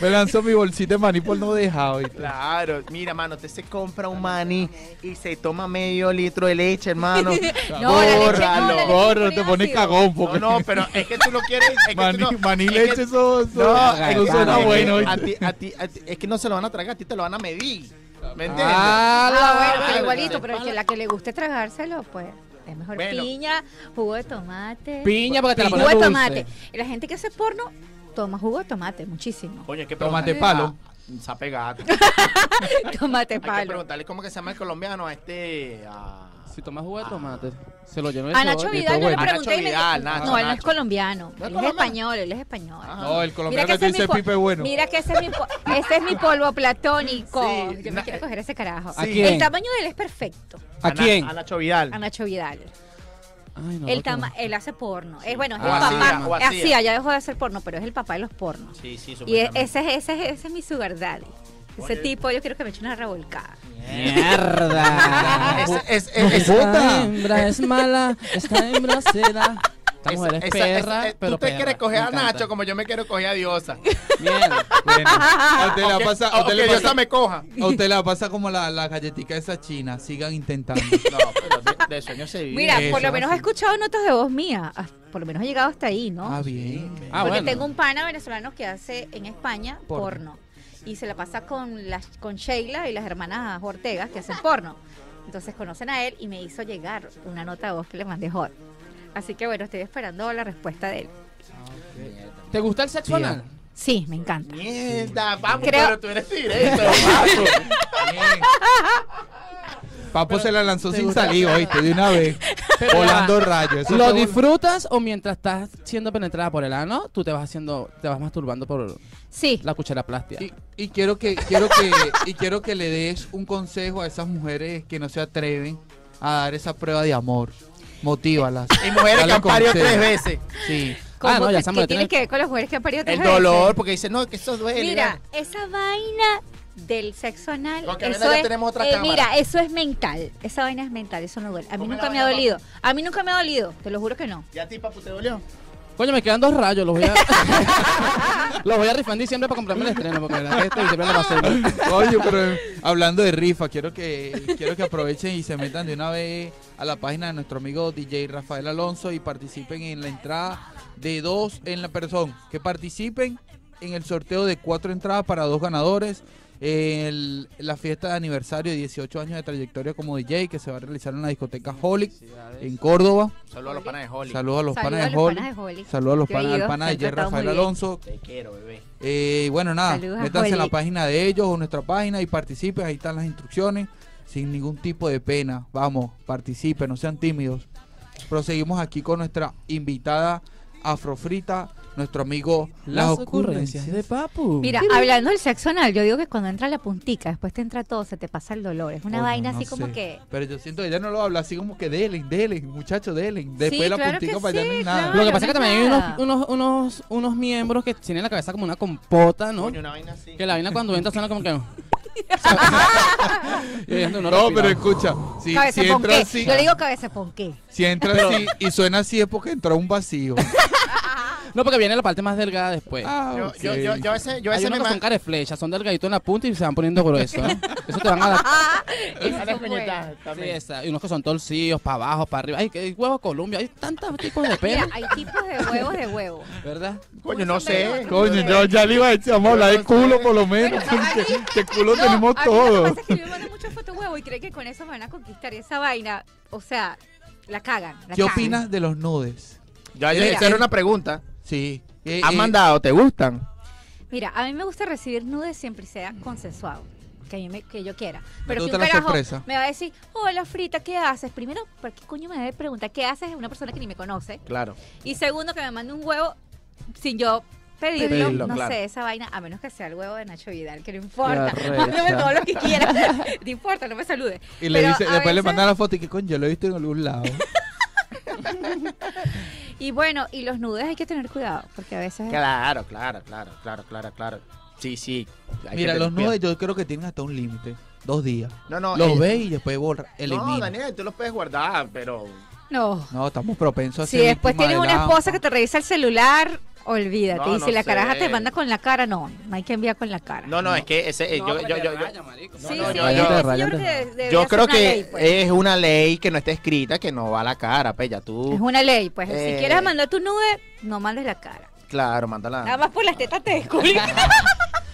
[SPEAKER 7] me lanzo mi bolsita de maní por no dejado.
[SPEAKER 4] Claro, mira, mano, usted se compra un maní y se toma medio litro de leche, hermano.
[SPEAKER 6] No, la leche no, la
[SPEAKER 4] Bórralo.
[SPEAKER 6] leche
[SPEAKER 7] Gorro, te
[SPEAKER 6] frío
[SPEAKER 7] pones
[SPEAKER 6] ácido.
[SPEAKER 7] cagón porque
[SPEAKER 4] Ah, No, no, pero es que tú lo quieres. Es que
[SPEAKER 7] maní,
[SPEAKER 4] tú no,
[SPEAKER 7] maní
[SPEAKER 4] es que-
[SPEAKER 7] leche eso, eso-
[SPEAKER 4] No,
[SPEAKER 7] eso
[SPEAKER 4] es que-
[SPEAKER 7] suena
[SPEAKER 4] es que
[SPEAKER 7] bueno. ¿oíste?
[SPEAKER 4] A ti, a ti, a ti- es que no se lo van a tragar, a ti te lo van a medir. ¿Me entiendes?
[SPEAKER 6] Ah, bueno,
[SPEAKER 4] vale,
[SPEAKER 6] pero igualito,
[SPEAKER 4] vale.
[SPEAKER 6] pero que la que le guste tragárselo, pues es mejor
[SPEAKER 4] Bueno.
[SPEAKER 6] piña, jugo de tomate.
[SPEAKER 5] Piña porque te la
[SPEAKER 6] jugo
[SPEAKER 5] pones
[SPEAKER 6] de
[SPEAKER 5] dulce.
[SPEAKER 6] tomate. Y la gente que hace porno toma jugo de tomate, muchísimo.
[SPEAKER 4] Coño, hay que
[SPEAKER 7] Tomate
[SPEAKER 4] preguntarle-
[SPEAKER 7] palo.
[SPEAKER 4] Ah, Se ha pegado.
[SPEAKER 6] tomate
[SPEAKER 4] Hay que
[SPEAKER 6] palo.
[SPEAKER 4] preguntarle cómo que se llama el colombiano a este. a-
[SPEAKER 5] Si tomas jugo de tomate, se lo lleno de
[SPEAKER 6] A Nacho
[SPEAKER 5] soda y
[SPEAKER 6] Vidal yo le
[SPEAKER 5] después,
[SPEAKER 4] bueno.
[SPEAKER 6] pregunté y me
[SPEAKER 4] Nacho Vidal, Nacho,
[SPEAKER 6] No, él no es
[SPEAKER 4] Nacho.
[SPEAKER 6] colombiano.
[SPEAKER 4] ¿No es
[SPEAKER 6] Él es
[SPEAKER 4] colombiano?
[SPEAKER 6] español, él es español.
[SPEAKER 4] Ajá.
[SPEAKER 7] No, el colombiano
[SPEAKER 6] ese
[SPEAKER 7] que
[SPEAKER 6] es mi
[SPEAKER 7] dice
[SPEAKER 6] po-
[SPEAKER 7] Pipe es bueno.
[SPEAKER 6] Mira que ese es mi, po- ese es mi polvo platónico.
[SPEAKER 4] Sí,
[SPEAKER 6] Yo me
[SPEAKER 4] na-
[SPEAKER 6] quiero coger ese carajo.
[SPEAKER 5] ¿A quién?
[SPEAKER 6] El tamaño de él es perfecto.
[SPEAKER 5] ¿A
[SPEAKER 4] Na-
[SPEAKER 5] quién?
[SPEAKER 4] A Nacho Vidal.
[SPEAKER 6] A Nacho Vidal.
[SPEAKER 5] Ay, no, Ah,
[SPEAKER 6] él,
[SPEAKER 5] lo
[SPEAKER 6] tama-
[SPEAKER 5] conozco.
[SPEAKER 6] él hace porno. Es, bueno, es
[SPEAKER 4] O
[SPEAKER 6] el
[SPEAKER 4] hacía,
[SPEAKER 6] papá.
[SPEAKER 4] o hacía.
[SPEAKER 6] Así,
[SPEAKER 5] ah.
[SPEAKER 6] allá dejó de hacer porno, pero es el papá de los pornos.
[SPEAKER 4] Sí, sí,
[SPEAKER 6] Y e-
[SPEAKER 4] supuestamente.
[SPEAKER 6] ese es, ese, es, ese es mi sugar daddy. Ese
[SPEAKER 4] Oye.
[SPEAKER 6] tipo, yo quiero que me eche una revolcada.
[SPEAKER 5] Mierda.
[SPEAKER 4] Es- es- es-
[SPEAKER 5] Esta hembra es mala, esta hembra será. Esta
[SPEAKER 4] Esa-
[SPEAKER 5] mujer es
[SPEAKER 4] esa-
[SPEAKER 5] perra,
[SPEAKER 4] esa-
[SPEAKER 5] pero
[SPEAKER 4] Tú te
[SPEAKER 5] perra.
[SPEAKER 4] quieres coger
[SPEAKER 5] Me
[SPEAKER 4] a
[SPEAKER 5] encanta.
[SPEAKER 4] Nacho como yo me quiero coger a Diosa.
[SPEAKER 5] Mierda.
[SPEAKER 7] Bueno, a usted
[SPEAKER 4] O
[SPEAKER 7] la
[SPEAKER 4] que-
[SPEAKER 7] pasa, a
[SPEAKER 4] o
[SPEAKER 7] usted
[SPEAKER 4] que
[SPEAKER 7] le
[SPEAKER 4] Diosa
[SPEAKER 7] pasa,
[SPEAKER 4] me coja.
[SPEAKER 7] a usted la pasa como la, la galletica esa china. Sigan intentando.
[SPEAKER 4] No, pero de, de sueño se vive.
[SPEAKER 6] Mira,
[SPEAKER 7] eso,
[SPEAKER 6] por lo menos he
[SPEAKER 7] así.
[SPEAKER 6] escuchado notas de voz mía. Ah, Por lo menos he llegado hasta ahí, ¿no?
[SPEAKER 7] Ah, bien.
[SPEAKER 5] Ah,
[SPEAKER 6] Porque
[SPEAKER 5] bueno.
[SPEAKER 6] tengo un pana venezolano que hace en España
[SPEAKER 7] Porno.
[SPEAKER 6] porno. Y se la pasa con, las, con Sheila y las hermanas Ortega que hacen porno. Entonces conocen a él y me hizo llegar una nota de voz que le mandé hot. Así que bueno, estoy esperando la respuesta de él.
[SPEAKER 5] ¿Te gusta el sexo anal?
[SPEAKER 6] Sí, me encanta.
[SPEAKER 4] Mierda, vamos,
[SPEAKER 6] Creo-
[SPEAKER 4] pero tú eres directo, vamos.
[SPEAKER 7] Papo se la lanzó
[SPEAKER 5] te
[SPEAKER 7] sin
[SPEAKER 5] gusta-
[SPEAKER 7] saliva, oíste, de una vez.
[SPEAKER 5] Pero-
[SPEAKER 7] Volando rayos. Eso
[SPEAKER 5] ¿Lo
[SPEAKER 7] fue un-
[SPEAKER 5] disfrutas o mientras estás siendo penetrada por el ano, tú te vas haciendo, te vas masturbando por
[SPEAKER 6] Sí.
[SPEAKER 5] la cuchara plástica?
[SPEAKER 3] Y, y quiero que quiero que y quiero que le des un consejo a esas mujeres que no se atreven a dar esa prueba de amor. Motívalas.
[SPEAKER 4] Y mujeres que
[SPEAKER 3] Dale
[SPEAKER 4] han parido
[SPEAKER 3] consejo.
[SPEAKER 4] tres veces.
[SPEAKER 3] Sí.
[SPEAKER 6] ¿Cómo
[SPEAKER 5] Ah, no, ya
[SPEAKER 6] que-
[SPEAKER 5] Samuel,
[SPEAKER 6] ¿Qué tiene
[SPEAKER 5] tienes-
[SPEAKER 6] que ver con las mujeres que han parido
[SPEAKER 4] El
[SPEAKER 6] tres
[SPEAKER 4] dolor,
[SPEAKER 6] veces?
[SPEAKER 4] porque dicen, no, que eso duele.
[SPEAKER 6] Mira, esa vaina del sexo anal.
[SPEAKER 4] Con que venga,
[SPEAKER 6] Eso
[SPEAKER 4] ya
[SPEAKER 6] es, eh,
[SPEAKER 4] tenemos otra cámara.
[SPEAKER 6] mira, eso es mental. Esa vaina es mental, eso no duele. A mí
[SPEAKER 4] Ponme
[SPEAKER 6] nunca
[SPEAKER 4] la
[SPEAKER 6] me ha
[SPEAKER 4] vaina,
[SPEAKER 6] dolido. A mí nunca me ha dolido, te lo juro que no.
[SPEAKER 4] ¿Y a ti, papu, te dolió?
[SPEAKER 5] Coño, me quedan dos rayos, los voy a. los voy a rifar en diciembre para comprarme el estreno, porque la verdad que este diciembre la pasé. mal.
[SPEAKER 3] Oye, pero eh, hablando de rifa, quiero que quiero que aprovechen y se metan de una vez a la página de nuestro amigo DJ Rafael Alonso y participen en la entrada de dos en la persona, que participen en el sorteo de cuatro entradas para dos ganadores. el- la fiesta de aniversario de 18 años de trayectoria como DJ que se va a realizar en la discoteca Holic en Córdoba.
[SPEAKER 4] Saludos a los panas de Holly.
[SPEAKER 3] Saludos a los
[SPEAKER 6] Saludos
[SPEAKER 3] panas
[SPEAKER 6] a
[SPEAKER 3] de
[SPEAKER 6] los
[SPEAKER 3] Holic.
[SPEAKER 6] panas de Holic.
[SPEAKER 3] Saludos a los
[SPEAKER 6] Yo he
[SPEAKER 3] panas, al
[SPEAKER 6] ido,
[SPEAKER 3] pana
[SPEAKER 6] me
[SPEAKER 3] de
[SPEAKER 6] han
[SPEAKER 3] DJ
[SPEAKER 6] tratado muy
[SPEAKER 3] Rafael
[SPEAKER 6] bien.
[SPEAKER 3] Alonso
[SPEAKER 4] Te quiero, bebé.
[SPEAKER 3] eh, bueno, nada,
[SPEAKER 6] Saludos a
[SPEAKER 3] métanse en la
[SPEAKER 6] Holly.
[SPEAKER 3] página de ellos o nuestra página y participen. Ahí están las instrucciones, sin ningún tipo de pena. Vamos, participen, no sean tímidos. Proseguimos aquí con nuestra invitada afrofrita, nuestro amigo
[SPEAKER 5] Las ocurrencias de Papu.
[SPEAKER 6] Mira, hablando del sexo anal, yo digo que cuando entra la puntica, después te entra todo, se te pasa el dolor. Es una
[SPEAKER 3] Coño,
[SPEAKER 6] vaina
[SPEAKER 3] no
[SPEAKER 6] así como
[SPEAKER 3] sé.
[SPEAKER 6] que.
[SPEAKER 3] Pero yo siento que ella no lo habla así como que delen, delen, muchachos, delen. Después
[SPEAKER 6] Sí,
[SPEAKER 3] la
[SPEAKER 6] claro
[SPEAKER 3] puntica
[SPEAKER 6] que
[SPEAKER 3] para allá no
[SPEAKER 6] sí,
[SPEAKER 3] hay nada.
[SPEAKER 6] claro.
[SPEAKER 5] Lo que pasa es que también hay unos,
[SPEAKER 6] nada.
[SPEAKER 5] unos, unos, unos miembros que tienen la cabeza como una compota, ¿no?
[SPEAKER 4] Coño, una vaina así.
[SPEAKER 5] Que la vaina cuando entra suena como que. Y ellos no
[SPEAKER 3] No,
[SPEAKER 5] respiran.
[SPEAKER 3] pero escucha, si,
[SPEAKER 6] cabeza
[SPEAKER 3] si
[SPEAKER 6] ponqué.
[SPEAKER 3] entra así,
[SPEAKER 6] Yo le digo cabeza ponqué.
[SPEAKER 3] si entra así y suena así es porque entró un vacío.
[SPEAKER 5] No, porque viene la parte más delgada después.
[SPEAKER 3] Ah,
[SPEAKER 4] Yo, yo,
[SPEAKER 3] ok.
[SPEAKER 4] yo, yo a veces, yo a
[SPEAKER 5] Hay
[SPEAKER 4] veces me
[SPEAKER 5] unos que son
[SPEAKER 4] mando.
[SPEAKER 5] caras flechas, son delgaditos en la punta y se van poniendo gruesos. ¿eh? Eso te van a dar.
[SPEAKER 6] Esas son buenas.
[SPEAKER 5] Sí, esa. Y unos que son torcidos, para abajo, para arriba. Ay, que huevo Colombia. Hay tantos tipos de
[SPEAKER 6] Mira,
[SPEAKER 5] pelo,
[SPEAKER 6] hay tipos de huevos de huevo.
[SPEAKER 5] ¿verdad?
[SPEAKER 4] Coño, no sé.
[SPEAKER 7] Coño, yo ya le iba a decir, vamos a hablar de culo por lo menos. Porque de culo tenemos
[SPEAKER 6] a mí Lo que
[SPEAKER 7] todo.
[SPEAKER 6] pasa es que yo me mando muchos fotos huevo y creen que con eso me van a conquistar y esa vaina. O sea, la cagan. La
[SPEAKER 3] ¿Qué
[SPEAKER 6] cagan.
[SPEAKER 3] opinas de los nudes?
[SPEAKER 4] Yo ayer
[SPEAKER 3] Mira.
[SPEAKER 4] hice una pregunta.
[SPEAKER 3] Sí. Eh,
[SPEAKER 4] ¿Han
[SPEAKER 3] eh,
[SPEAKER 4] mandado? ¿Te gustan?
[SPEAKER 6] Mira, a mí me gusta recibir nudes siempre y sea consensuado. Que, a mí me- que yo quiera.
[SPEAKER 3] Me
[SPEAKER 6] Pero que
[SPEAKER 3] gusta
[SPEAKER 6] un
[SPEAKER 3] la
[SPEAKER 6] carajo
[SPEAKER 3] sorpresa.
[SPEAKER 6] me va a decir, hola Frita, ¿qué haces? Primero, ¿por qué coño me debe preguntar qué haces? Es una persona que ni me conoce.
[SPEAKER 4] Claro.
[SPEAKER 6] Y segundo, que me mande un huevo sin yo pedirlo.
[SPEAKER 4] Pedirlo,
[SPEAKER 6] no
[SPEAKER 4] claro.
[SPEAKER 6] sé, esa vaina, a menos que sea el huevo de Nacho Vidal, que no importa.
[SPEAKER 5] Qué
[SPEAKER 6] Mándame todo lo que quieras. no importa, no me salude.
[SPEAKER 3] Y le
[SPEAKER 6] Pero
[SPEAKER 3] dice,
[SPEAKER 6] a
[SPEAKER 3] después le
[SPEAKER 6] veces-
[SPEAKER 3] mandan la foto y que coño, lo he visto en algún lado.
[SPEAKER 6] Y bueno, y los nudes hay que tener cuidado, porque a veces...
[SPEAKER 4] Claro, claro, claro, claro, claro, claro. Sí, sí. hay que
[SPEAKER 3] Mira,
[SPEAKER 4] tener
[SPEAKER 3] los
[SPEAKER 4] cuidado.
[SPEAKER 3] nudes yo creo que tienen hasta un límite. Dos días.
[SPEAKER 4] No, no,
[SPEAKER 3] Los
[SPEAKER 4] el-
[SPEAKER 3] ve y después borra,
[SPEAKER 4] No,
[SPEAKER 3] elimina.
[SPEAKER 4] Daniel, tú los puedes guardar, pero.
[SPEAKER 6] No.
[SPEAKER 3] No, estamos propensos a
[SPEAKER 6] Si
[SPEAKER 3] ser
[SPEAKER 6] después
[SPEAKER 3] víctima
[SPEAKER 6] tienes
[SPEAKER 3] de
[SPEAKER 6] una
[SPEAKER 3] la-
[SPEAKER 6] esposa que te revisa el celular, olvídate.
[SPEAKER 4] No,
[SPEAKER 6] y si
[SPEAKER 4] no
[SPEAKER 6] la
[SPEAKER 4] sé.
[SPEAKER 6] caraja te manda con la cara, no, no hay que enviar con la cara.
[SPEAKER 4] No, no, es que ese. eh, yo,
[SPEAKER 5] No, pero
[SPEAKER 4] yo,
[SPEAKER 5] te
[SPEAKER 4] yo, yo-
[SPEAKER 5] raya, marico.
[SPEAKER 6] Sí,
[SPEAKER 4] no,
[SPEAKER 6] sí,
[SPEAKER 4] yo-
[SPEAKER 6] el
[SPEAKER 4] yo-
[SPEAKER 6] señor
[SPEAKER 7] rayando.
[SPEAKER 6] de- debería
[SPEAKER 4] yo
[SPEAKER 6] ser
[SPEAKER 4] creo
[SPEAKER 6] una
[SPEAKER 4] que
[SPEAKER 6] ley, pues.
[SPEAKER 4] es una ley que no está escrita, que no va a la cara, pues ya tú.
[SPEAKER 6] Es una ley, pues.
[SPEAKER 4] Eh.
[SPEAKER 6] Si quieres mandar tu nude, no mandes la cara.
[SPEAKER 4] Claro,
[SPEAKER 6] Nada
[SPEAKER 4] mándala.
[SPEAKER 6] más por las tetas te descubrí.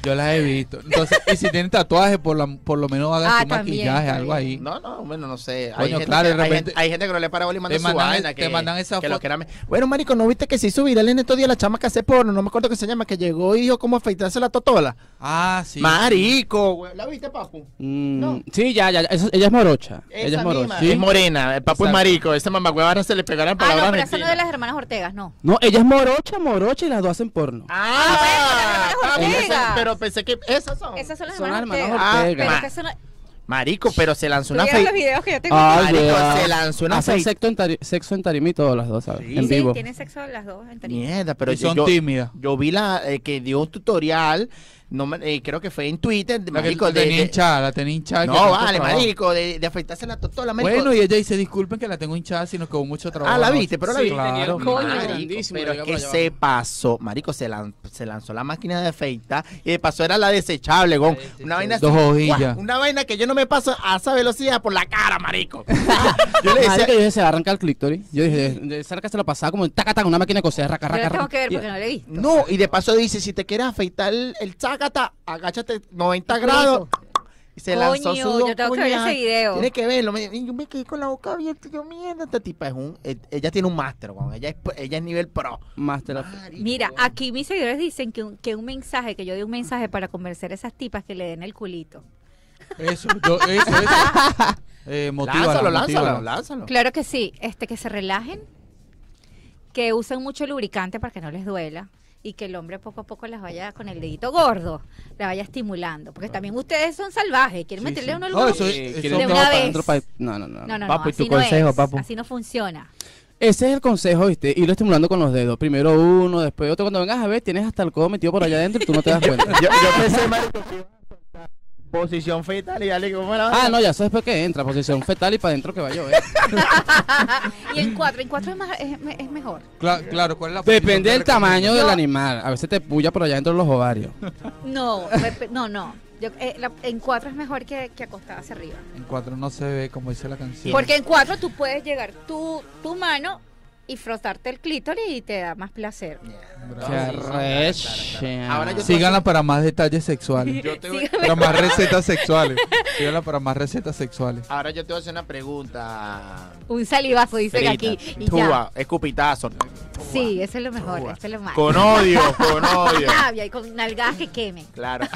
[SPEAKER 3] Yo las he visto. Entonces, y si tienen tatuaje, por, la- por lo menos hagan
[SPEAKER 6] Ah,
[SPEAKER 3] su
[SPEAKER 6] también,
[SPEAKER 3] maquillaje,
[SPEAKER 6] está
[SPEAKER 3] algo ahí.
[SPEAKER 4] No, no, bueno, no sé.
[SPEAKER 3] Coño,
[SPEAKER 4] hay, gente
[SPEAKER 3] claro,
[SPEAKER 4] que,
[SPEAKER 3] de
[SPEAKER 4] hay,
[SPEAKER 3] repente-
[SPEAKER 4] gente, hay gente que no le para bola y manda
[SPEAKER 3] Te
[SPEAKER 4] su
[SPEAKER 3] mandan-
[SPEAKER 4] vaina.
[SPEAKER 3] te
[SPEAKER 4] que,
[SPEAKER 3] mandan esa
[SPEAKER 4] que lo
[SPEAKER 3] foto.
[SPEAKER 4] que era me- Bueno, marico, ¿no viste que se hizo viral en estos días la chama que hace porno? No me acuerdo que se llama, que llegó y dijo cómo afeitarse la totola.
[SPEAKER 3] Ah, sí.
[SPEAKER 4] Marico, güey. ¿La viste, papu?
[SPEAKER 5] Mm,
[SPEAKER 4] No.
[SPEAKER 5] Sí, ya, ya. ya. Eso- ella es morocha.
[SPEAKER 4] Esa
[SPEAKER 5] ella es morocha.
[SPEAKER 4] misma.
[SPEAKER 5] ¿sí?
[SPEAKER 4] Es morena. El papu es
[SPEAKER 5] Exacto.
[SPEAKER 4] marico. Esa mamagüeva ahora se le pegarán
[SPEAKER 6] Ah,
[SPEAKER 4] palabras
[SPEAKER 6] no, pero eso no
[SPEAKER 4] argentinas.
[SPEAKER 6] es de las hermanas Ortegas, no.
[SPEAKER 5] No, ella es morocha, morocha y las dos hacen porno.
[SPEAKER 4] Ah,
[SPEAKER 6] Ah, bueno, las hermanas
[SPEAKER 4] papu,
[SPEAKER 6] Ortega.
[SPEAKER 4] esa- pero pensé que esas son.
[SPEAKER 6] Esas son las
[SPEAKER 5] Son
[SPEAKER 6] hermanas
[SPEAKER 5] las hermanas
[SPEAKER 6] Ortega.
[SPEAKER 4] Ah,
[SPEAKER 5] Ortega.
[SPEAKER 6] Pero es
[SPEAKER 4] ma-
[SPEAKER 6] que eso no...
[SPEAKER 4] Marico, pero se lanzó
[SPEAKER 6] Tú
[SPEAKER 4] una
[SPEAKER 6] vieras los
[SPEAKER 4] fe.
[SPEAKER 6] videos que yo tengo.
[SPEAKER 5] Ah,
[SPEAKER 4] Marico,
[SPEAKER 5] ya.
[SPEAKER 4] se lanzó una
[SPEAKER 5] Hacen
[SPEAKER 4] fe.
[SPEAKER 5] sexo en, tari- sexo en tarima y todo, las dos, ¿sabes?
[SPEAKER 4] Sí.
[SPEAKER 5] En
[SPEAKER 6] sí,
[SPEAKER 5] vivo.
[SPEAKER 6] tienen sexo las dos en tarima.
[SPEAKER 4] Mierda, pero
[SPEAKER 3] y son
[SPEAKER 4] yo, yo,
[SPEAKER 3] tímidas.
[SPEAKER 4] yo vi la eh, que dio un tutorial, no me- eh, creo que fue en Twitter,
[SPEAKER 3] La que
[SPEAKER 4] marico, de-
[SPEAKER 3] tenía
[SPEAKER 4] de-
[SPEAKER 3] hinchada, la tenía hinchada. que
[SPEAKER 4] no
[SPEAKER 3] tanto
[SPEAKER 4] vale,
[SPEAKER 3] trabajo.
[SPEAKER 4] marico, de, de afeitarse la totola, marico.
[SPEAKER 3] Bueno, y ella dice, disculpen que la tengo hinchada, sino que hubo mucho trabajo.
[SPEAKER 4] Ah, la
[SPEAKER 3] anoche".
[SPEAKER 4] viste, pero la
[SPEAKER 5] Sí,
[SPEAKER 4] viste.
[SPEAKER 5] tenía el
[SPEAKER 3] Claro,
[SPEAKER 5] coño
[SPEAKER 4] Marico,
[SPEAKER 5] grandísimo,
[SPEAKER 4] pero es
[SPEAKER 5] llegaba
[SPEAKER 4] que
[SPEAKER 5] allá
[SPEAKER 4] se
[SPEAKER 5] abajo.
[SPEAKER 4] pasó, marico, se, lan- se lanzó la máquina de afeitar y de paso era la desechable, gon. Una vaina
[SPEAKER 3] Dos
[SPEAKER 4] así,
[SPEAKER 3] hojillas.
[SPEAKER 4] guau, Una vaina que yo no me paso a esa velocidad por la cara, marico. yo le
[SPEAKER 5] Marico,
[SPEAKER 4] decía,
[SPEAKER 5] yo dije, se va a arrancar el clítoris. Yo dije, de, de cerca se la pasaba como taca, taca, una máquina de coser, raca,
[SPEAKER 6] Yo
[SPEAKER 5] raca,
[SPEAKER 6] las tengo
[SPEAKER 5] raca.
[SPEAKER 6] que ver
[SPEAKER 5] Y-
[SPEAKER 6] porque no le vi.
[SPEAKER 4] no, y de paso dice, si te quieres afeitar el, el chácata, agáchate 90 grados. Y se lanzó
[SPEAKER 6] Coño,
[SPEAKER 4] su dos
[SPEAKER 6] yo tengo que ver
[SPEAKER 4] cuñas.
[SPEAKER 6] ese video.
[SPEAKER 4] Tiene que verlo. me- y yo me quedé con la boca abierta. Yo, mierda, esta tipa es un... eh, Ella tiene un máster, gon, Ella es, ella es nivel pro.
[SPEAKER 5] Master of-
[SPEAKER 4] Marico,
[SPEAKER 6] Mira,
[SPEAKER 4] gon.
[SPEAKER 6] aquí mis seguidores dicen que un, que un mensaje, que yo di un mensaje para convencer a esas tipas que le den el culito.
[SPEAKER 3] Eso, yo- eso, eso. Eh, motívala,
[SPEAKER 4] lánzalo,
[SPEAKER 3] motívala.
[SPEAKER 4] lánzalo, lánzalo.
[SPEAKER 6] Claro que sí, este que se relajen, que usen mucho lubricante para que no les duela y que el hombre poco a poco las vaya con el dedito gordo, la vaya estimulando, porque también ustedes son salvajes, quieren
[SPEAKER 3] Sí,
[SPEAKER 6] meterle
[SPEAKER 3] sí.
[SPEAKER 6] uno al
[SPEAKER 3] No,
[SPEAKER 6] gordo.
[SPEAKER 3] eso es-
[SPEAKER 5] Eh,
[SPEAKER 3] eso
[SPEAKER 5] ¿quieres
[SPEAKER 6] de
[SPEAKER 5] todo
[SPEAKER 6] una
[SPEAKER 5] para
[SPEAKER 6] vez.
[SPEAKER 5] adentro, pa- No, no, no.
[SPEAKER 6] No, no,
[SPEAKER 5] Papu,
[SPEAKER 6] no,
[SPEAKER 5] ¿y tu
[SPEAKER 6] así no
[SPEAKER 5] consejo,
[SPEAKER 6] es,
[SPEAKER 5] papu?
[SPEAKER 6] así no funciona.
[SPEAKER 5] Ese es el consejo, ¿viste? Irlo estimulando con los dedos. Primero uno, después otro. Cuando vengas a ver, tienes hasta el codo metido por allá adentro y tú no te das cuenta.
[SPEAKER 4] yo, yo pensé, marico, que iba a soltar posición fetal y dale como era.
[SPEAKER 5] Ah, no, ya eso es después que entra, posición fetal y para adentro que va a llover.
[SPEAKER 6] y en cuatro, en cuatro es, más, es, me- es mejor.
[SPEAKER 3] Cla- claro, ¿cuál es la posición
[SPEAKER 5] Depende
[SPEAKER 3] que
[SPEAKER 5] del tamaño
[SPEAKER 6] Yo-
[SPEAKER 5] del animal. A veces te puya por allá dentro de los ovarios.
[SPEAKER 6] No, Pepe, no, no. Yo, eh, la- en cuatro es mejor que, que acostada hacia arriba.
[SPEAKER 3] recomiendas? En cuatro no se ve, como dice la canción.
[SPEAKER 6] Porque en cuatro tú puedes llegar tu, tu mano y frotarte el clítoris y te da más placer.
[SPEAKER 3] Bravo.
[SPEAKER 5] Qué arrecha.
[SPEAKER 4] Ahora yo-
[SPEAKER 3] Síganla para más detalles sexuales.
[SPEAKER 6] Sígame.
[SPEAKER 3] Para más recetas sexuales. Síganla para más recetas sexuales.
[SPEAKER 4] Ahora yo te voy a hacer una pregunta.
[SPEAKER 6] Un salivazo, dicen
[SPEAKER 4] Frita.
[SPEAKER 6] aquí. Y ya.
[SPEAKER 4] Tuba, escupitazo.
[SPEAKER 6] Sí, eso es lo mejor,
[SPEAKER 4] Tuba.
[SPEAKER 6] eso es lo más.
[SPEAKER 4] Con odio, con odio.
[SPEAKER 6] Labia y con nalgadas que quemen.
[SPEAKER 4] Claro.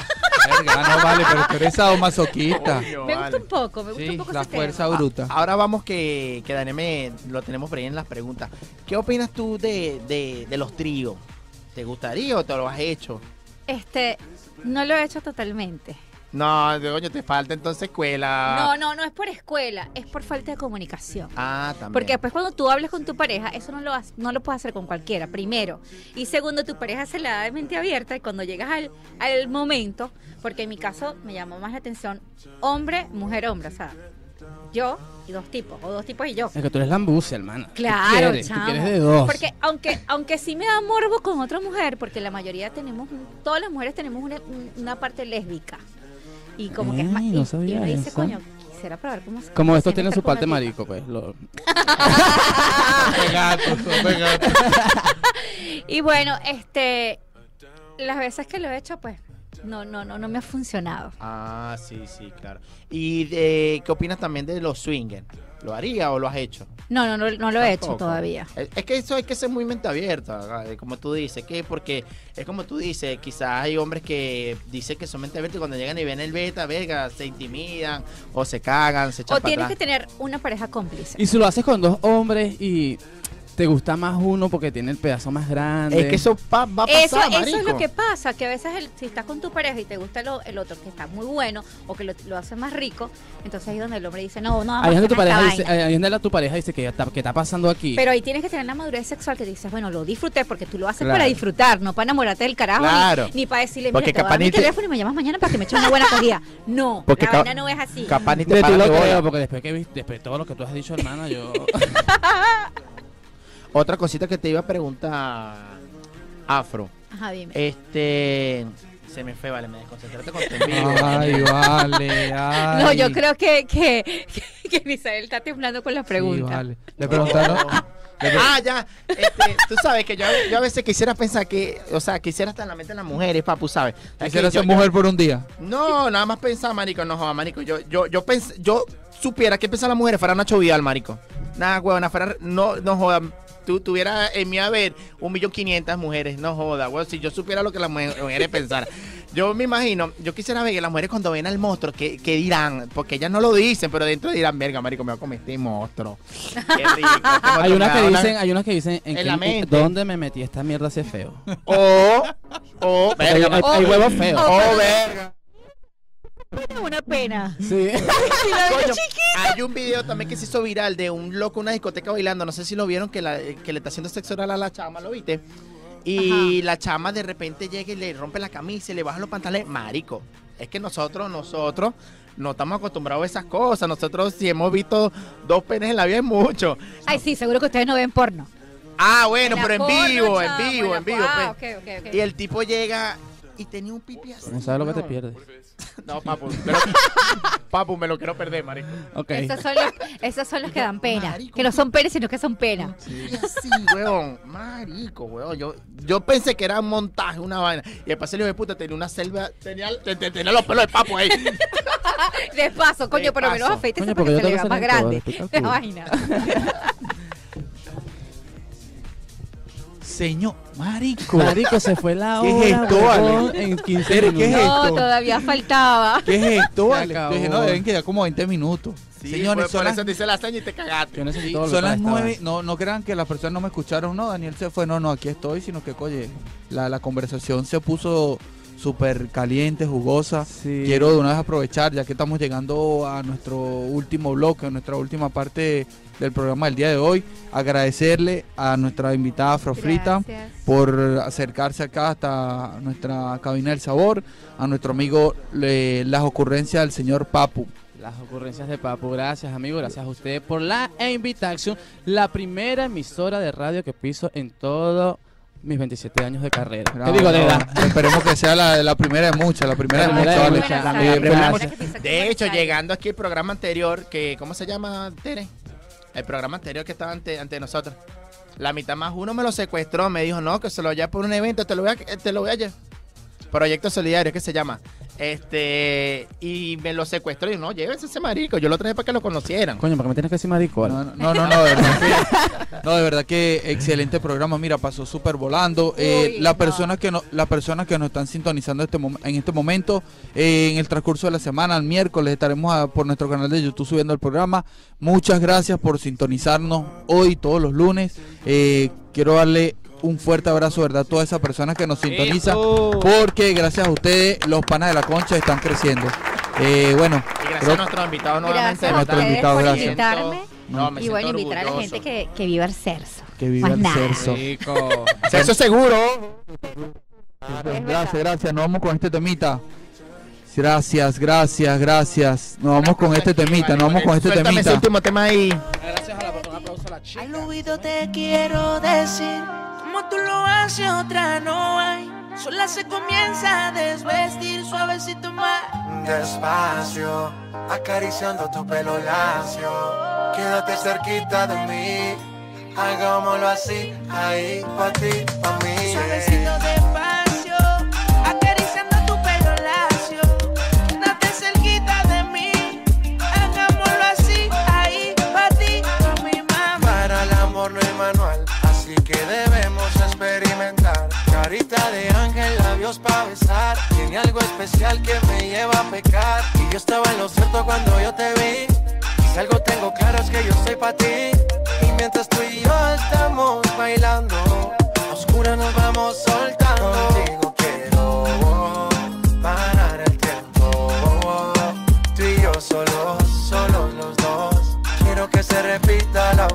[SPEAKER 3] Verga, no vale, pero tú eres sadomasoquista.
[SPEAKER 4] Coño,
[SPEAKER 6] Me
[SPEAKER 4] vale.
[SPEAKER 6] gusta un poco, me gusta
[SPEAKER 3] Sí,
[SPEAKER 6] un poco
[SPEAKER 3] la
[SPEAKER 6] ese
[SPEAKER 3] fuerza
[SPEAKER 6] tema.
[SPEAKER 3] bruta.
[SPEAKER 4] Ahora vamos que, que Daniel me- lo tenemos por ahí en las preguntas. ¿Qué opinas tú de, de, de los tríos? ¿Te gustaría o te lo has hecho?
[SPEAKER 6] Este, no lo he hecho totalmente.
[SPEAKER 4] No, de- coño, te falta entonces escuela.
[SPEAKER 6] No, no, no es por escuela, es por falta de comunicación.
[SPEAKER 4] Ah, también.
[SPEAKER 6] Porque después cuando tú hablas con tu pareja, eso no lo, has- no lo puedes hacer con cualquiera, primero. Y segundo, tu pareja se la da de mente abierta y cuando llegas al, al momento, porque en mi caso me llamó más la atención hombre, mujer, hombre, o sea, yo y dos tipos, o dos tipos y yo.
[SPEAKER 5] Es que tú eres lambucia, hermana. ¿Qué
[SPEAKER 6] Claro,
[SPEAKER 5] quieres? Tú
[SPEAKER 6] chamo.
[SPEAKER 5] quieres de dos.
[SPEAKER 6] Porque aunque, aunque sí me da morbo con otra mujer, porque la mayoría tenemos, un- todas las mujeres tenemos una, un- una parte lésbica. Y como que es más.
[SPEAKER 5] Ey,
[SPEAKER 6] Y,
[SPEAKER 5] no
[SPEAKER 6] y
[SPEAKER 5] sabía
[SPEAKER 6] uno dice,
[SPEAKER 5] eso.
[SPEAKER 6] coño, quisiera probar cómo se-
[SPEAKER 5] Como estos
[SPEAKER 6] se
[SPEAKER 5] tienen
[SPEAKER 6] mete
[SPEAKER 5] su
[SPEAKER 6] con
[SPEAKER 5] parte
[SPEAKER 6] una tipa".
[SPEAKER 5] marico, pues. lo-
[SPEAKER 3] Son gatos, son gatos.
[SPEAKER 6] Y bueno, este. Las veces que lo he hecho, pues. No, no, no, no me ha funcionado.
[SPEAKER 4] Ah, sí, sí, claro. ¿Y de, qué opinas también de los swingers? ¿Lo haría o lo has hecho?
[SPEAKER 6] No, no, no, no lo he hecho
[SPEAKER 4] Tampoco.
[SPEAKER 6] todavía.
[SPEAKER 4] Es es que eso hay que ser muy mente abierta, eh, como tú dices, que porque es como tú dices, quizás hay hombres que dicen que son mente abierta y cuando llegan y ven el beta, verga, se intimidan o se cagan, se echan
[SPEAKER 6] O
[SPEAKER 4] para
[SPEAKER 6] tienes que
[SPEAKER 4] atrás.
[SPEAKER 6] tener una pareja cómplice.
[SPEAKER 5] Y si lo haces con dos hombres y Te gusta más uno porque tiene el pedazo más grande.
[SPEAKER 4] Es que eso pa- va a pasar,
[SPEAKER 6] Eso, eso es
[SPEAKER 4] marico.
[SPEAKER 6] lo que pasa, que a veces el- si estás con tu pareja y te gusta lo- el otro que está muy bueno o que lo, lo hace más rico, entonces ahí es donde el hombre dice, no, no, vamos a
[SPEAKER 5] Ahí es donde tu
[SPEAKER 6] hacer esta
[SPEAKER 5] pareja dice,
[SPEAKER 6] vaina".
[SPEAKER 5] ahí es donde la- tu pareja dice que está, que está pasando aquí.
[SPEAKER 6] Pero ahí tienes que tener la madurez sexual que dices, bueno, lo disfruté porque tú lo haces
[SPEAKER 5] Claro.
[SPEAKER 6] para disfrutar, no para enamorarte del carajo, ni-
[SPEAKER 4] Claro.
[SPEAKER 6] ni, para decirle, mira,
[SPEAKER 4] Porque
[SPEAKER 6] te voy a
[SPEAKER 4] capaz
[SPEAKER 6] dar mi
[SPEAKER 4] ni te-
[SPEAKER 6] teléfono y me llamas mañana para que me eches una buena comida. No,
[SPEAKER 4] Porque
[SPEAKER 6] la
[SPEAKER 4] ca-
[SPEAKER 6] vaina no es así.
[SPEAKER 4] capaz ni te
[SPEAKER 5] De
[SPEAKER 4] paras
[SPEAKER 5] ti lo
[SPEAKER 4] de bola.
[SPEAKER 5] creo, porque después que vi- después de todo lo que tú has dicho, hermana, yo
[SPEAKER 4] Otra cosita que te iba a preguntar, Afro.
[SPEAKER 6] Ajá, dime.
[SPEAKER 4] Este. Se me fue, vale, me desconcentraste con tu envío.
[SPEAKER 3] Ay, vale,
[SPEAKER 6] No,
[SPEAKER 3] ay.
[SPEAKER 6] yo creo que, que, que, que Misael está temblando con la pregunta.
[SPEAKER 3] Sí, vale. Le preguntaron.
[SPEAKER 4] Ah, ya. Este, tú sabes que yo, yo a veces quisiera pensar que, o sea, quisiera estar en la mente de las mujeres, papu, ¿sabes? Aquí
[SPEAKER 3] Quisiera
[SPEAKER 4] yo-
[SPEAKER 3] ser mujer por un día.
[SPEAKER 4] yo- no, nada más pensar, marico, no joda, marico. Yo, yo, yo pens- yo supiera que pensar las mujeres fuera Nacho Vidal, marico. Nada, huevona, fuera, no, no joda. Tú tuvieras en mi haber un millón quinientas mujeres, no joda, huevón. Si yo supiera lo que las mujer- mujeres pensaran. Yo me imagino, yo quisiera ver que las mujeres cuando ven al monstruo, ¿qué, qué dirán? Porque ellas no lo dicen, pero dentro dirán, verga, marico, me voy a comer este monstruo. Qué rico. este
[SPEAKER 5] hay
[SPEAKER 4] monstruo
[SPEAKER 5] unas
[SPEAKER 4] me
[SPEAKER 5] que
[SPEAKER 4] da una-
[SPEAKER 5] dicen, hay unas que dicen en,
[SPEAKER 4] En
[SPEAKER 5] qué-
[SPEAKER 4] la mente.
[SPEAKER 5] dónde me metí esta mierda así feo.
[SPEAKER 4] O, o,
[SPEAKER 5] Hay,
[SPEAKER 4] verga,
[SPEAKER 5] hay-
[SPEAKER 4] o-
[SPEAKER 5] hay huevos feos.
[SPEAKER 6] Oh,
[SPEAKER 4] o verga.
[SPEAKER 6] Es una pena.
[SPEAKER 5] Sí.
[SPEAKER 6] Si la ves
[SPEAKER 4] Coño,
[SPEAKER 6] chiquita.
[SPEAKER 4] hay un video también que se hizo viral de un loco en una discoteca bailando. No sé si lo vieron que, la- que le está haciendo sexo oral a la chama, ¿lo viste? Y la chama de repente llega y le rompe la camisa y le baja los pantalones. Marico, es que nosotros, nosotros no estamos acostumbrados a esas cosas. Nosotros si hemos visto dos penes en la vida es mucho.
[SPEAKER 6] Ay, sí, seguro que ustedes no ven porno.
[SPEAKER 4] Ah, bueno,
[SPEAKER 6] La
[SPEAKER 4] pero en
[SPEAKER 6] porno,
[SPEAKER 4] vivo, en
[SPEAKER 6] chamo,
[SPEAKER 4] vivo,
[SPEAKER 6] la-
[SPEAKER 4] en vivo.
[SPEAKER 6] Ah,
[SPEAKER 4] pues.
[SPEAKER 6] ok, ok, ok.
[SPEAKER 4] Y el tipo llega y tenía un pipi así.
[SPEAKER 5] No sabes lo que te
[SPEAKER 4] no.
[SPEAKER 5] pierdes.
[SPEAKER 4] No, papu, pero- papu, me lo quiero perder, marico.
[SPEAKER 5] Ok.
[SPEAKER 6] Esos, son los, esos son los que dan pena.
[SPEAKER 4] Marico,
[SPEAKER 6] que no son penes, sino que son pena.
[SPEAKER 4] Y así, weón. Marico, weón. Yo, yo pensé que era un montaje, una vaina. Y el paseo de puta tenía una selva. Tenía, te- te- tenía los pelos de papo ahí.
[SPEAKER 6] De paso, coño, por lo menos
[SPEAKER 4] paso.
[SPEAKER 6] afeítese
[SPEAKER 5] Coño,
[SPEAKER 6] porque
[SPEAKER 5] porque
[SPEAKER 6] se
[SPEAKER 5] yo
[SPEAKER 6] le
[SPEAKER 5] tengo que
[SPEAKER 6] vea más
[SPEAKER 5] ser actor,
[SPEAKER 6] grande.
[SPEAKER 5] explica el
[SPEAKER 6] La
[SPEAKER 5] culo.
[SPEAKER 6] vaina.
[SPEAKER 3] Señor, marico.
[SPEAKER 5] Marico, se fue la
[SPEAKER 3] ¿Qué
[SPEAKER 5] hora,
[SPEAKER 3] es esto,
[SPEAKER 5] huevón,
[SPEAKER 3] Ale?
[SPEAKER 5] en 15
[SPEAKER 3] ¿Pero qué es
[SPEAKER 5] minutos.
[SPEAKER 6] No,
[SPEAKER 3] esto?
[SPEAKER 6] todavía faltaba.
[SPEAKER 3] ¿Qué es esto?
[SPEAKER 5] Se
[SPEAKER 3] vale? Yo
[SPEAKER 5] acabó.
[SPEAKER 3] dije, no, deben quedar como 20 minutos.
[SPEAKER 4] Sí,
[SPEAKER 3] Señores,
[SPEAKER 4] weón, por
[SPEAKER 3] son las,
[SPEAKER 4] eso te hice la seña y te cagaste.
[SPEAKER 5] Yo necesito volver
[SPEAKER 3] son
[SPEAKER 5] para
[SPEAKER 3] las
[SPEAKER 5] esta
[SPEAKER 3] nueve.
[SPEAKER 5] vaina.
[SPEAKER 3] No, no crean que las personas no me escucharon. No, Daniel se fue. No, no, aquí estoy. Sino que, oye, la, la conversación se puso súper caliente, jugosa.
[SPEAKER 5] Sí.
[SPEAKER 3] Quiero de una vez aprovechar, ya que estamos llegando a nuestro último bloque, a nuestra última parte del programa del día de hoy, agradecerle a nuestra invitada Frofrita
[SPEAKER 6] Gracias.
[SPEAKER 3] por acercarse acá hasta nuestra cabina del sabor, a nuestro amigo eh, Las Ocurrencias del señor Papu.
[SPEAKER 5] Las ocurrencias de Papu, gracias amigo, gracias a usted por la invitación. La primera emisora de radio que piso en todos mis 27 años de carrera. Te digo de edad.
[SPEAKER 3] Esperemos que sea la, la primera de muchas, la primera de
[SPEAKER 5] La primera
[SPEAKER 3] muchas.
[SPEAKER 5] de
[SPEAKER 3] vale.
[SPEAKER 5] muchas,
[SPEAKER 3] Eh,
[SPEAKER 5] la primera
[SPEAKER 3] esperemos-
[SPEAKER 5] muchas.
[SPEAKER 4] De hecho, llegando aquí el programa anterior, que, ¿cómo se llama, Tere? El programa anterior que estaba ante, ante nosotros. La mitad más uno me lo secuestró, me dijo, no, que se lo lleva por un evento, te lo voy a, eh, te lo voy a llevar. Proyecto Solidario, que se llama. Este, y me lo secuestró y yo, no, llévese ese marico, yo lo traje para que lo conocieran.
[SPEAKER 5] Coño, ¿para qué me tienes que decir marico? Ale?
[SPEAKER 3] No, no, no, no, de verdad que, no, de verdad que excelente programa. Mira, pasó súper volando. Eh,
[SPEAKER 6] Uy,
[SPEAKER 3] las
[SPEAKER 6] no.
[SPEAKER 3] personas que no, las personas que nos están sintonizando este mom- en este momento, eh, en el transcurso de la semana, el miércoles estaremos a- por nuestro canal de YouTube subiendo el programa. Muchas gracias por sintonizarnos hoy, todos los lunes. Eh, quiero darle un fuerte abrazo, ¿verdad? A todas esas personas que nos sintonizan, porque gracias a ustedes los panas de la concha están creciendo. Eh, bueno,
[SPEAKER 4] Y gracias
[SPEAKER 3] creo-
[SPEAKER 4] a nuestros invitados nuevamente.
[SPEAKER 6] Gracias a
[SPEAKER 3] nuestro
[SPEAKER 6] ustedes
[SPEAKER 3] invitado,
[SPEAKER 6] por
[SPEAKER 3] gracias.
[SPEAKER 6] invitarme.
[SPEAKER 4] No, me
[SPEAKER 6] Y bueno,
[SPEAKER 4] siento
[SPEAKER 6] invitar a la
[SPEAKER 4] orgulloso.
[SPEAKER 6] gente que, que viva el cerso.
[SPEAKER 3] que viva
[SPEAKER 6] Más
[SPEAKER 3] el
[SPEAKER 6] nada.
[SPEAKER 3] cerso.
[SPEAKER 5] Rico.
[SPEAKER 4] Sexo seguro.
[SPEAKER 3] Gracias, gracias. Nos vamos con este temita. Gracias, gracias, gracias. Nos vamos con este temita, nos vamos con este
[SPEAKER 4] Suéltame ese
[SPEAKER 3] temita.
[SPEAKER 4] último tema ahí.
[SPEAKER 5] Gracias a la un aplauso a la chica.
[SPEAKER 9] Al oído te quiero decir, como tú lo haces, otra no hay. Sola se comienza a desvestir, suavecito más. Despacio, acariciando tu pelo lacio. Quédate cerquita de mí, hagámoslo así, ahí, pa' ti, pa' mí. Suavecito despacio, acariciando tu pelo lacio. Quédate cerquita de mí, hagámoslo así, ahí, pa' ti, pa' mi mamá. Para el amor no hay manual, así que debemos experimentar. Carita de ángel, labios para besar. Tiene algo especial que me lleva a pecar. Y yo estaba en lo cierto cuando yo te vi. Si algo tengo claro es que yo soy para ti. Y mientras tú y yo estamos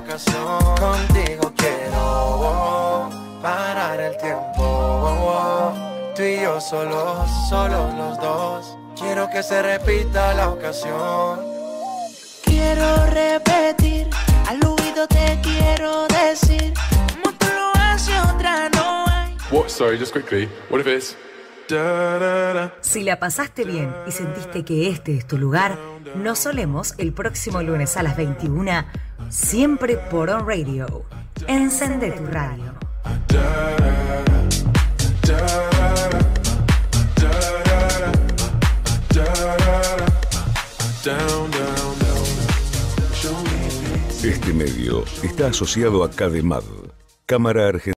[SPEAKER 9] canción. Contigo quiero oh, parar el tiempo. oh, oh. Tú y yo solos, solos los dos. Quiero que se repita la ocasión.
[SPEAKER 11] Quiero repetir, al oído te quiero decir, como tú lo haces otra no hay.
[SPEAKER 12] What? Sorry, just quickly. What if it's da da da?
[SPEAKER 1] Si la pasaste bien y sentiste que este es tu lugar, nos solemos el próximo lunes a las 21, siempre por On Radio. Encende tu radio.
[SPEAKER 2] Down, down, down. Show me
[SPEAKER 13] Este medio está asociado a CADEMAD, Cámara Argentina.